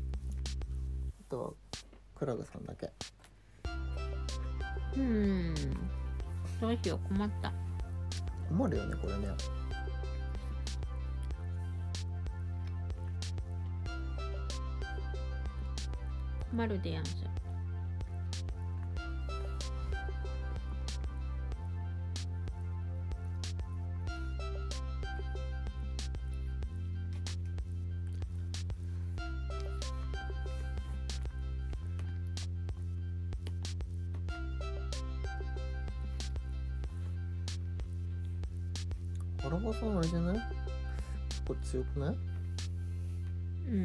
[SPEAKER 2] あとはクラブさんだけ
[SPEAKER 1] うーんどうしよう困った
[SPEAKER 2] 困るよねこれね
[SPEAKER 1] 困るでやんす
[SPEAKER 2] アラバさんあれじゃないこれ強くない
[SPEAKER 1] うん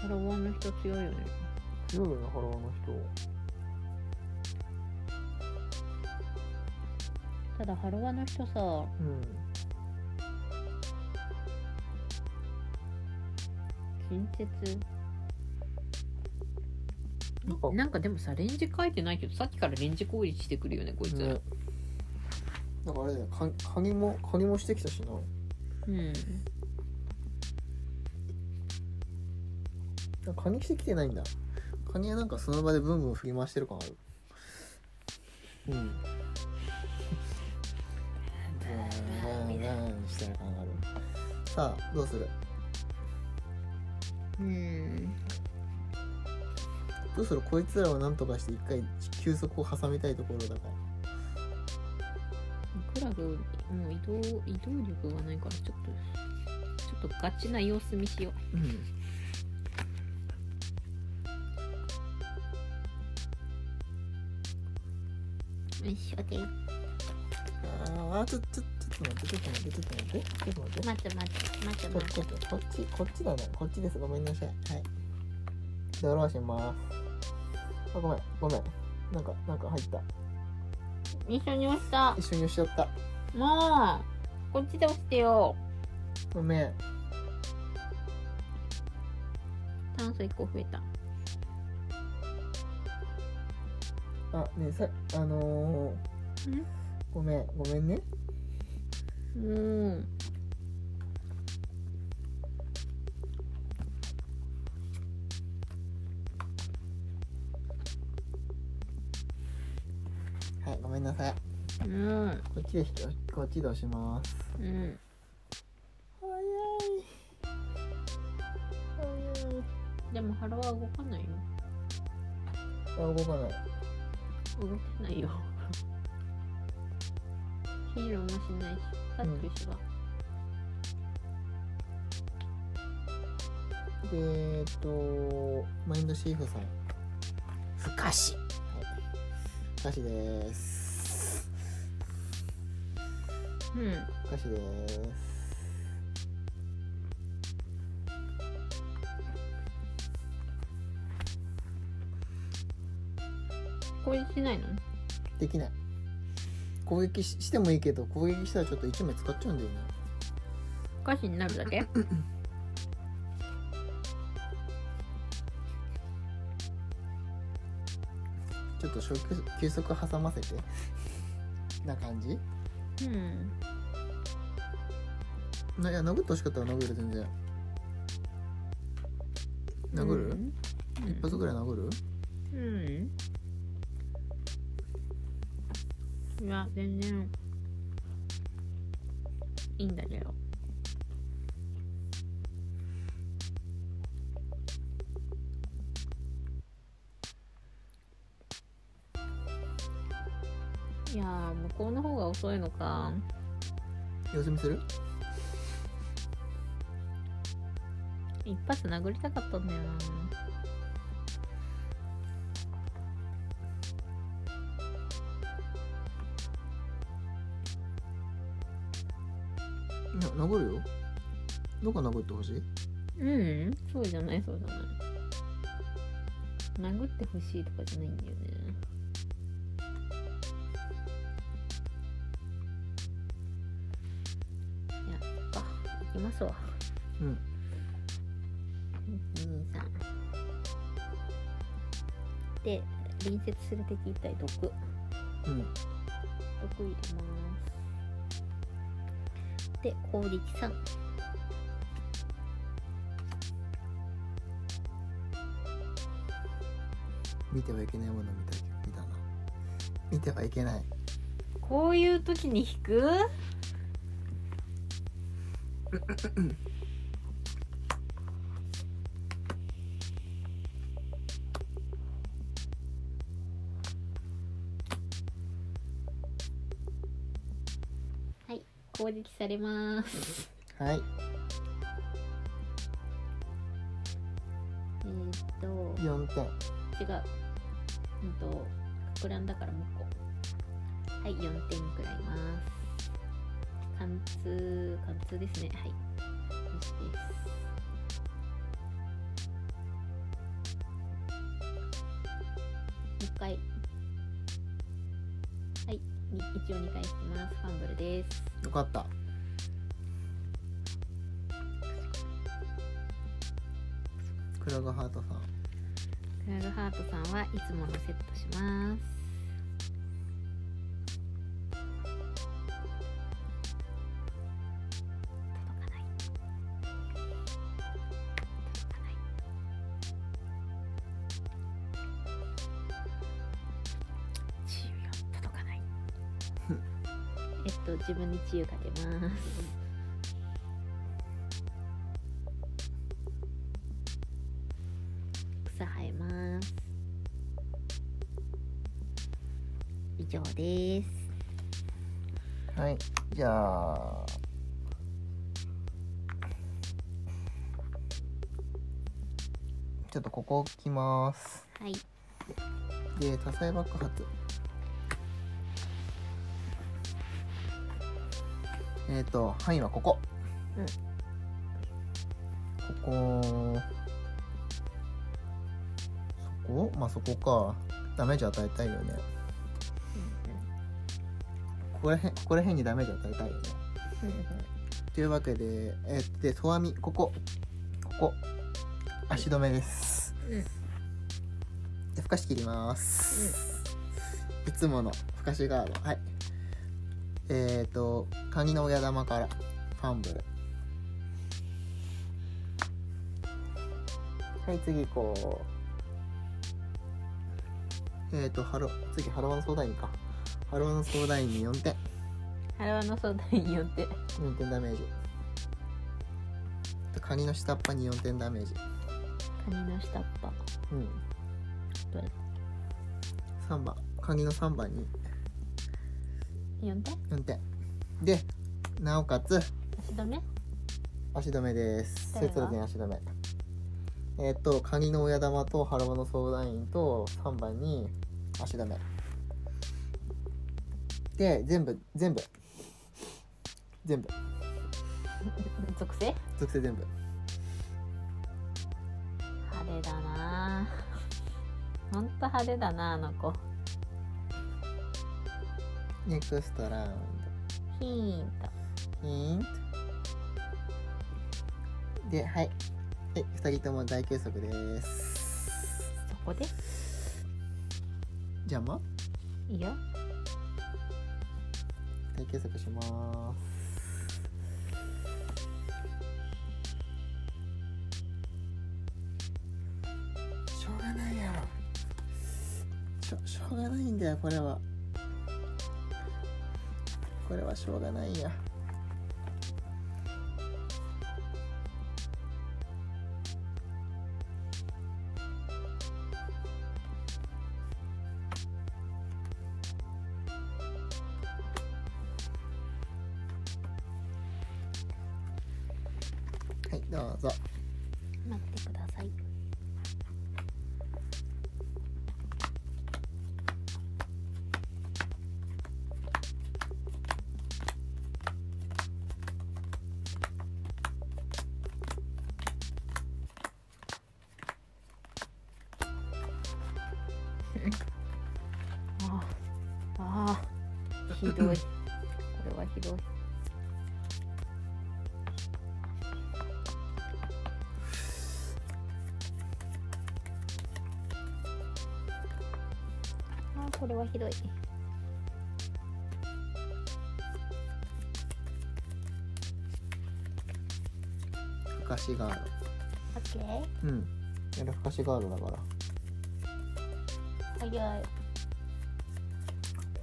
[SPEAKER 1] フォロワーの人強いよね
[SPEAKER 2] 強いよねハロワの人
[SPEAKER 1] ただハロワの人さ
[SPEAKER 2] うん
[SPEAKER 1] 近接
[SPEAKER 2] なんか
[SPEAKER 1] なんかでもさレンジ書いてないけどさっきからレンジ攻撃してくるよねこいつ、
[SPEAKER 2] ねなんかあれだよカカニもカニもしてきたしな
[SPEAKER 1] うん
[SPEAKER 2] カニしてきてないんだカニはなんかその場でブンブン振り回してる感あるうんブンブンブンしてる感あるさあどうする
[SPEAKER 1] うん
[SPEAKER 2] どうするこいつらをなんとかして一回休息を挟みたいところだから
[SPEAKER 1] クラブもう移動移動力がないからちょっとちょっとガチな様子見しよ
[SPEAKER 2] うん
[SPEAKER 1] うよいしょで
[SPEAKER 2] あーちょちょちょっと待ってちょっと待ってちょっと待ってちょっと待って
[SPEAKER 1] 待って待って待って
[SPEAKER 2] こっ
[SPEAKER 1] 待
[SPEAKER 2] ち
[SPEAKER 1] っ
[SPEAKER 2] こっちこっちだなこっちですごめんなさいはいで下ろしますあごめんごめんなんかなんか入った
[SPEAKER 1] て一緒に押した
[SPEAKER 2] 一緒に押しちゃった
[SPEAKER 1] もうこっちで押してよ
[SPEAKER 2] ごめん
[SPEAKER 1] 炭素1個増えた
[SPEAKER 2] あねえさあのー、
[SPEAKER 1] ん
[SPEAKER 2] ごめんごめんね
[SPEAKER 1] うん
[SPEAKER 2] はいごめんなさい
[SPEAKER 1] うん
[SPEAKER 2] こっちで引きこっちで押します
[SPEAKER 1] うん
[SPEAKER 2] 早い早い
[SPEAKER 1] でもハロは動かないよ
[SPEAKER 2] あ動かない
[SPEAKER 1] 動けないよヒーローもしないしタッチしが、
[SPEAKER 2] でえっとマインドシーフさん
[SPEAKER 1] ふかし
[SPEAKER 2] 歌詞です
[SPEAKER 1] うん
[SPEAKER 2] 歌詞です
[SPEAKER 1] これしないの
[SPEAKER 2] できない攻撃ししてもいいけど攻撃したらちょっと1枚使っちゃうんだよね
[SPEAKER 1] ふかしになるだけ
[SPEAKER 2] ちょっと小休休息挟ませてな感じい
[SPEAKER 1] うん
[SPEAKER 2] や殴ってほしかったら殴る全然殴る、
[SPEAKER 1] うん
[SPEAKER 2] 一発ぐらい殴る
[SPEAKER 1] うんいや全然いいんだけどいやー向こうの方が遅いのか
[SPEAKER 2] 様子見する
[SPEAKER 1] 一発殴りたかったんだよな
[SPEAKER 2] いや殴るよどこ殴ってほしい
[SPEAKER 1] うんそうじゃないそうじゃない殴ってほしいとかじゃないんだよねいやそっか行きますわ
[SPEAKER 2] うん
[SPEAKER 1] 123で隣接する敵一体毒毒
[SPEAKER 2] うん
[SPEAKER 1] 入れますで、コーリチさん。
[SPEAKER 2] 見てはいけないものを見た見たな見てはいけない
[SPEAKER 1] こういう時に弾くはい、攻撃されます。
[SPEAKER 2] はい
[SPEAKER 1] えーっと、
[SPEAKER 2] 4
[SPEAKER 1] 違
[SPEAKER 2] 点
[SPEAKER 1] う。うんと、膨らんだからもう一個。はい、4点くらいます。貫通、貫通ですね。はい。よしです。もう一回。はい、に一応2回引きます。ファンブルです。
[SPEAKER 2] よかったクラグハートさん
[SPEAKER 1] クラグハートさんはいつものセットします。届かない。届かない。治癒が届か ない。えっと自分に治癒かけます。草生えます以上です
[SPEAKER 2] はい、じゃあ。ちょっとここ置きます。
[SPEAKER 1] はい
[SPEAKER 2] で、多彩爆発。えっ、ー、と、範囲はここ。
[SPEAKER 1] うん
[SPEAKER 2] ここ。そこ、まあ、そこか。ダメージ与えたいよね。ここら辺、ここら辺にダメージ与えたいよね。というわけで、えーで、とわみ、ここ、ここ、足止めです。
[SPEAKER 1] うん
[SPEAKER 2] で、ふかし切ります。いつものふかしガード、はい。えっ、ー、と、カニの親玉から、ファンブル。はい、次行こう。えっ、ー、と、ハロ、次、ハロワの相談員か。ハロワの相談員に4点。
[SPEAKER 1] 腹輪の相談によって
[SPEAKER 2] 4点ダメージカニの下っ端に4点ダメージ
[SPEAKER 1] カニの下っ端
[SPEAKER 2] うん
[SPEAKER 1] どれ
[SPEAKER 2] 3番カニの3番に
[SPEAKER 1] 4点
[SPEAKER 2] 4点でなおかつ
[SPEAKER 1] 足止め
[SPEAKER 2] 足止めです
[SPEAKER 1] 誰
[SPEAKER 2] 節
[SPEAKER 1] が
[SPEAKER 2] 度点足止めえーっとカニの親玉と腹輪の相談員と3番に足止めで全部全部全部
[SPEAKER 1] 属性
[SPEAKER 2] 属性全部
[SPEAKER 1] 派手だなぁほんと派手だなぁあの子
[SPEAKER 2] ネクストラウンド
[SPEAKER 1] ヒーンと
[SPEAKER 2] ヒントで、はい。はい、二人とも大休息です。
[SPEAKER 1] そこで
[SPEAKER 2] じゃあ、まあ、
[SPEAKER 1] いいよ
[SPEAKER 2] 大休息します。しょうがないやろ。しょ、しょうがないんだよ、これは。これはしょうがないや。はい、どうぞ。
[SPEAKER 1] 待ってください ああああひどいこれはひどいあーこれはひどい
[SPEAKER 2] ふかしガー
[SPEAKER 1] オッケー
[SPEAKER 2] ドうんやるふかしガードだから
[SPEAKER 1] 早い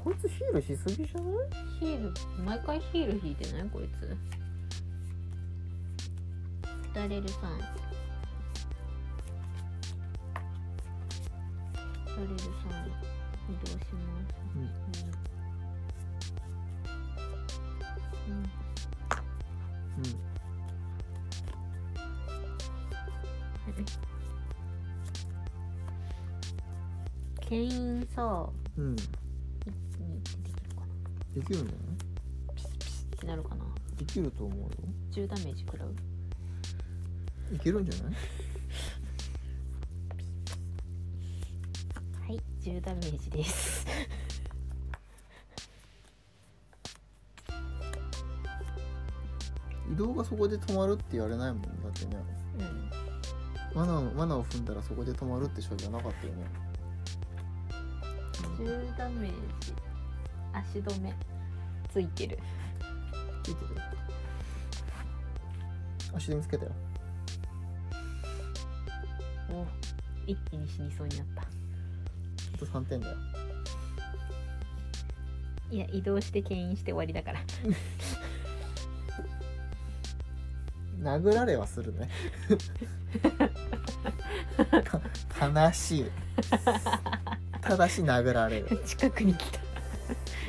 [SPEAKER 2] こいつヒールしすぎじゃない
[SPEAKER 1] ヒール毎回ヒール引いてないこいつダレルさんダレルさん移動します、
[SPEAKER 2] うん
[SPEAKER 1] うんうん牽引さ
[SPEAKER 2] うんうん
[SPEAKER 1] 一気に出てくるかな
[SPEAKER 2] できるんじゃない
[SPEAKER 1] ピシピシってなるかな
[SPEAKER 2] できると思うよ
[SPEAKER 1] 10ダメージ食らう
[SPEAKER 2] いけるんじゃない
[SPEAKER 1] はい10ダメージです
[SPEAKER 2] 移動がそこで止まるって言われないもんだってね
[SPEAKER 1] うん
[SPEAKER 2] 罠を罠を踏んだらそこで止まるって処理はなかったよね
[SPEAKER 1] 10ダメージ足止めついてる
[SPEAKER 2] ついてる足で見つけたよ
[SPEAKER 1] お一気に死にそうになった
[SPEAKER 2] あと3点だよ
[SPEAKER 1] いや移動して牽引して終わりだから
[SPEAKER 2] 殴られはする ねか悲しいただし殴られる
[SPEAKER 1] 近くに来た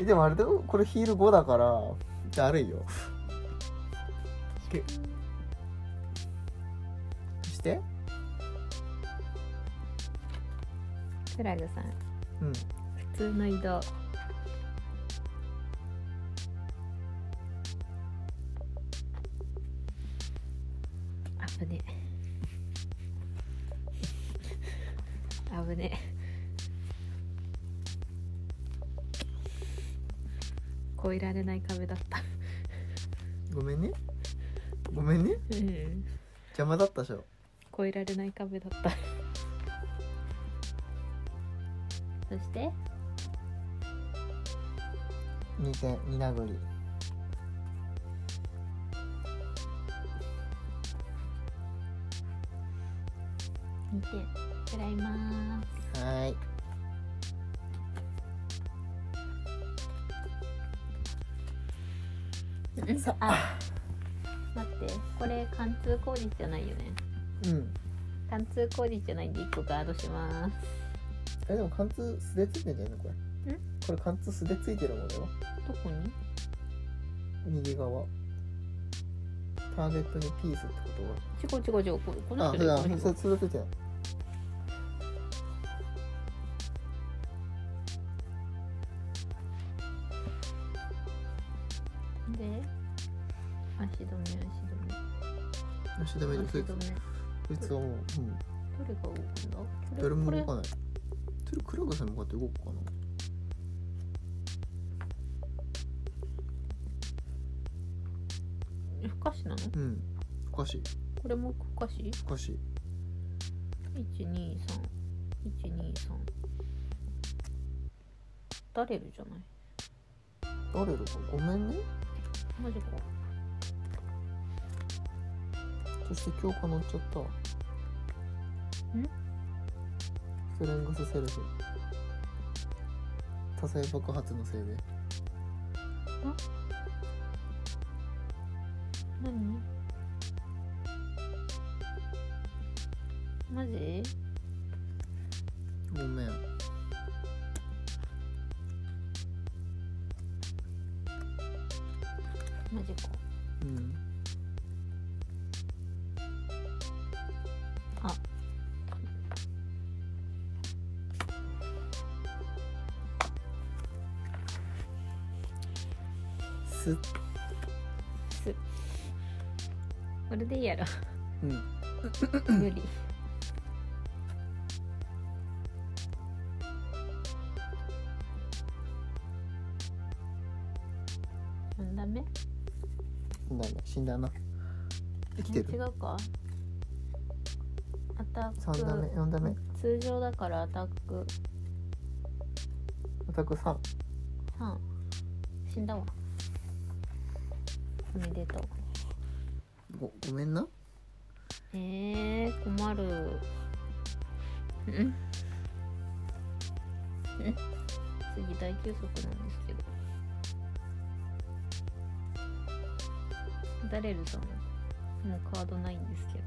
[SPEAKER 2] えでもあれだよこれヒール5だからだるいよけして
[SPEAKER 1] フラグさん
[SPEAKER 2] うん
[SPEAKER 1] 普通の移動あぶねあぶね越えられない壁だった
[SPEAKER 2] ごめんねごめんね
[SPEAKER 1] うん
[SPEAKER 2] 邪魔だったでしょ
[SPEAKER 1] 越えられない壁だったそして
[SPEAKER 2] 2点2殴り
[SPEAKER 1] 2点食らいます
[SPEAKER 2] はーい
[SPEAKER 1] うんそうあ待ってこれ貫通工事じゃないよね
[SPEAKER 2] うん
[SPEAKER 1] 貫通工事じゃないんで1個ガードします
[SPEAKER 2] えでも貫通素でついてんじゃないのこれ
[SPEAKER 1] ん
[SPEAKER 2] これ貫通素でついてるもんだよ
[SPEAKER 1] どこに
[SPEAKER 2] 右側ターゲットにピースってこと
[SPEAKER 1] 違
[SPEAKER 2] は
[SPEAKER 1] う違う違うここの
[SPEAKER 2] あ、
[SPEAKER 1] 人
[SPEAKER 2] 普
[SPEAKER 1] だよ
[SPEAKER 2] 段、
[SPEAKER 1] この
[SPEAKER 2] そ
[SPEAKER 1] 人
[SPEAKER 2] れ、それついてない。
[SPEAKER 1] で足止め足止
[SPEAKER 2] 足止
[SPEAKER 1] め
[SPEAKER 2] めで、
[SPEAKER 1] 足
[SPEAKER 2] そい
[SPEAKER 1] 止め
[SPEAKER 2] つ、
[SPEAKER 1] ど
[SPEAKER 2] そいつはもう、うん、
[SPEAKER 1] れが動くんだこれ
[SPEAKER 2] 誰も動
[SPEAKER 1] こ
[SPEAKER 2] かない。それ、クラブさんに向かって動くかな。
[SPEAKER 1] れ不可視なの
[SPEAKER 2] うん、おかしい、
[SPEAKER 1] これも不可視
[SPEAKER 2] おかしい。
[SPEAKER 1] ?123123 ダレルじゃない
[SPEAKER 2] 誰だか、ごめんね。
[SPEAKER 1] マジか
[SPEAKER 2] そして、強化乗っちゃった。んストレングスセルフ。多彩爆発のせいで。
[SPEAKER 1] 何マジ
[SPEAKER 2] ごめん。
[SPEAKER 1] マジか
[SPEAKER 2] うん。す、う
[SPEAKER 1] すこれでいいや ろ
[SPEAKER 2] ん。
[SPEAKER 1] 無理なんだめ
[SPEAKER 2] 死んだね。死んだな。生きて
[SPEAKER 1] 違
[SPEAKER 2] る。
[SPEAKER 1] うかアタ
[SPEAKER 2] 三打目、
[SPEAKER 1] ック
[SPEAKER 2] 四打目。
[SPEAKER 1] 通常だからアタック
[SPEAKER 2] アタック三。
[SPEAKER 1] 3死んだわおめでとう
[SPEAKER 2] ご、ごめんな。
[SPEAKER 1] えー、困る。うん。うん次大休息なんですけど。ダレルさんもうカードないんですけど。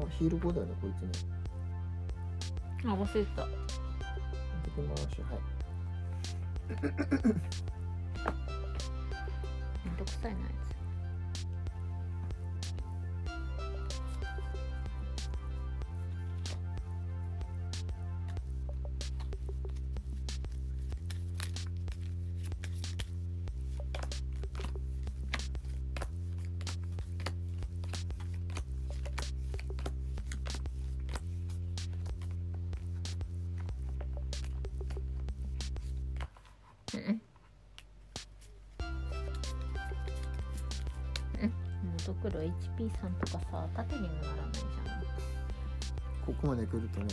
[SPEAKER 2] あヒール5だよねこいつね
[SPEAKER 1] あ忘れてた。
[SPEAKER 2] 出て回しはい
[SPEAKER 1] めんどくさいなやつ。うん元黒 HP さんとかさ縦にもならないじゃん
[SPEAKER 2] ここまで来るとね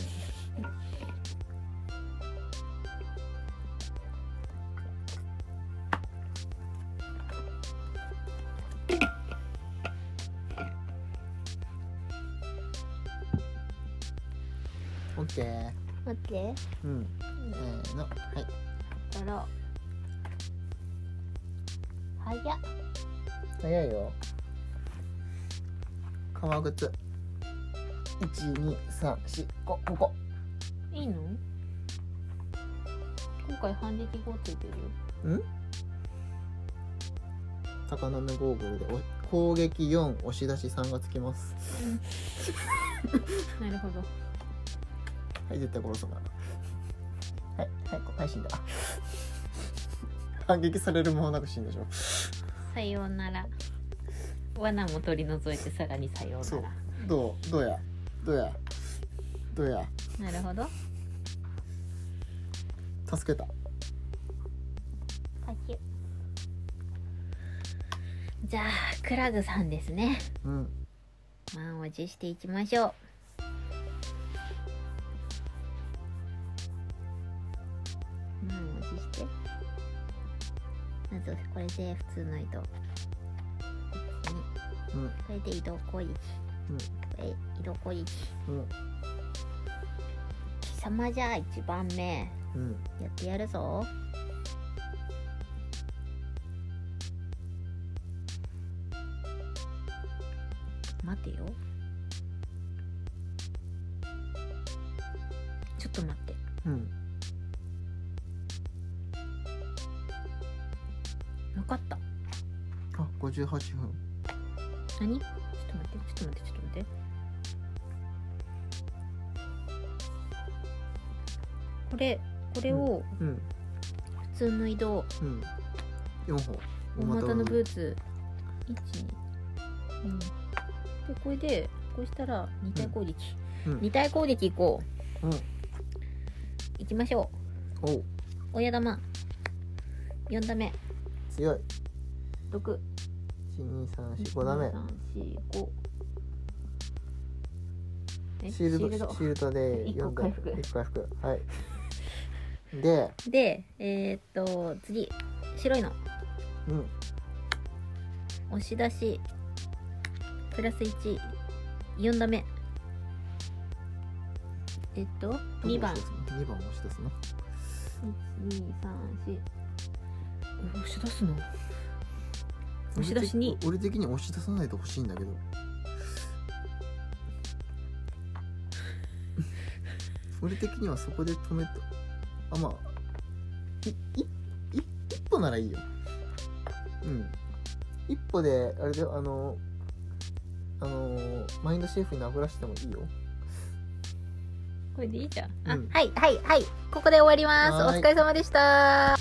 [SPEAKER 2] オッケー
[SPEAKER 1] 待って
[SPEAKER 2] うんせーのはい
[SPEAKER 1] だろ早っ
[SPEAKER 2] 早いよ革靴1234こここ
[SPEAKER 1] いいの今回反撃号ついてるよ
[SPEAKER 2] 高めゴーグルでお攻撃4押し出し3がつきます
[SPEAKER 1] なるほど
[SPEAKER 2] はい絶対殺そうかなはいはいこはい死んだ反撃される間もなく死んだでしょ
[SPEAKER 1] さようなら罠も取り除いてさらにさよう
[SPEAKER 2] そう
[SPEAKER 1] な
[SPEAKER 2] どうどうやどうやどうや
[SPEAKER 1] らなるほど
[SPEAKER 2] 助けた
[SPEAKER 1] じゃあクラグさんですね
[SPEAKER 2] うん
[SPEAKER 1] 満を持していきましょう満を持してまずこれで普通の移動
[SPEAKER 2] うん
[SPEAKER 1] これで移動攻撃、
[SPEAKER 2] うん
[SPEAKER 1] これ移動攻撃
[SPEAKER 2] うん
[SPEAKER 1] 貴様じゃあ1番目
[SPEAKER 2] うん
[SPEAKER 1] やってやるぞ待てよちょっと待って
[SPEAKER 2] うん
[SPEAKER 1] 分かった
[SPEAKER 2] あ58分
[SPEAKER 1] 何ちょっと待ってちょっと待ってちょっと待ってこれこれを
[SPEAKER 2] うん
[SPEAKER 1] 普通の移動、
[SPEAKER 2] うん4歩
[SPEAKER 1] 大股のブーツ1 2うんでこれでこうしたら2体攻撃、
[SPEAKER 2] うん
[SPEAKER 1] 2体攻撃行こう、
[SPEAKER 2] うん
[SPEAKER 1] 行きましょ
[SPEAKER 2] おう
[SPEAKER 1] う親玉4打目
[SPEAKER 2] 強い
[SPEAKER 1] 6
[SPEAKER 2] 1234ダメ
[SPEAKER 1] 345え
[SPEAKER 2] シールドシ
[SPEAKER 1] シール
[SPEAKER 2] ールドで
[SPEAKER 1] 一個
[SPEAKER 2] 4
[SPEAKER 1] 回復
[SPEAKER 2] 1回復はい で
[SPEAKER 1] でえー、っと次白いの
[SPEAKER 2] うん
[SPEAKER 1] 押し出しプラス14打目えっと2番
[SPEAKER 2] 2番押し出すの
[SPEAKER 1] 1234押し出すの押し出しに
[SPEAKER 2] 俺的に押し出さないと欲しいんだ けど俺的にはそこで止めたあまあいいい一歩ならいいようん一歩であれだよあのあのマインドシェフに殴らしてもいいよ
[SPEAKER 1] これでいいじゃん、
[SPEAKER 2] うん
[SPEAKER 1] あはいはいはいここで終わります
[SPEAKER 2] はーい
[SPEAKER 1] お疲れ様でした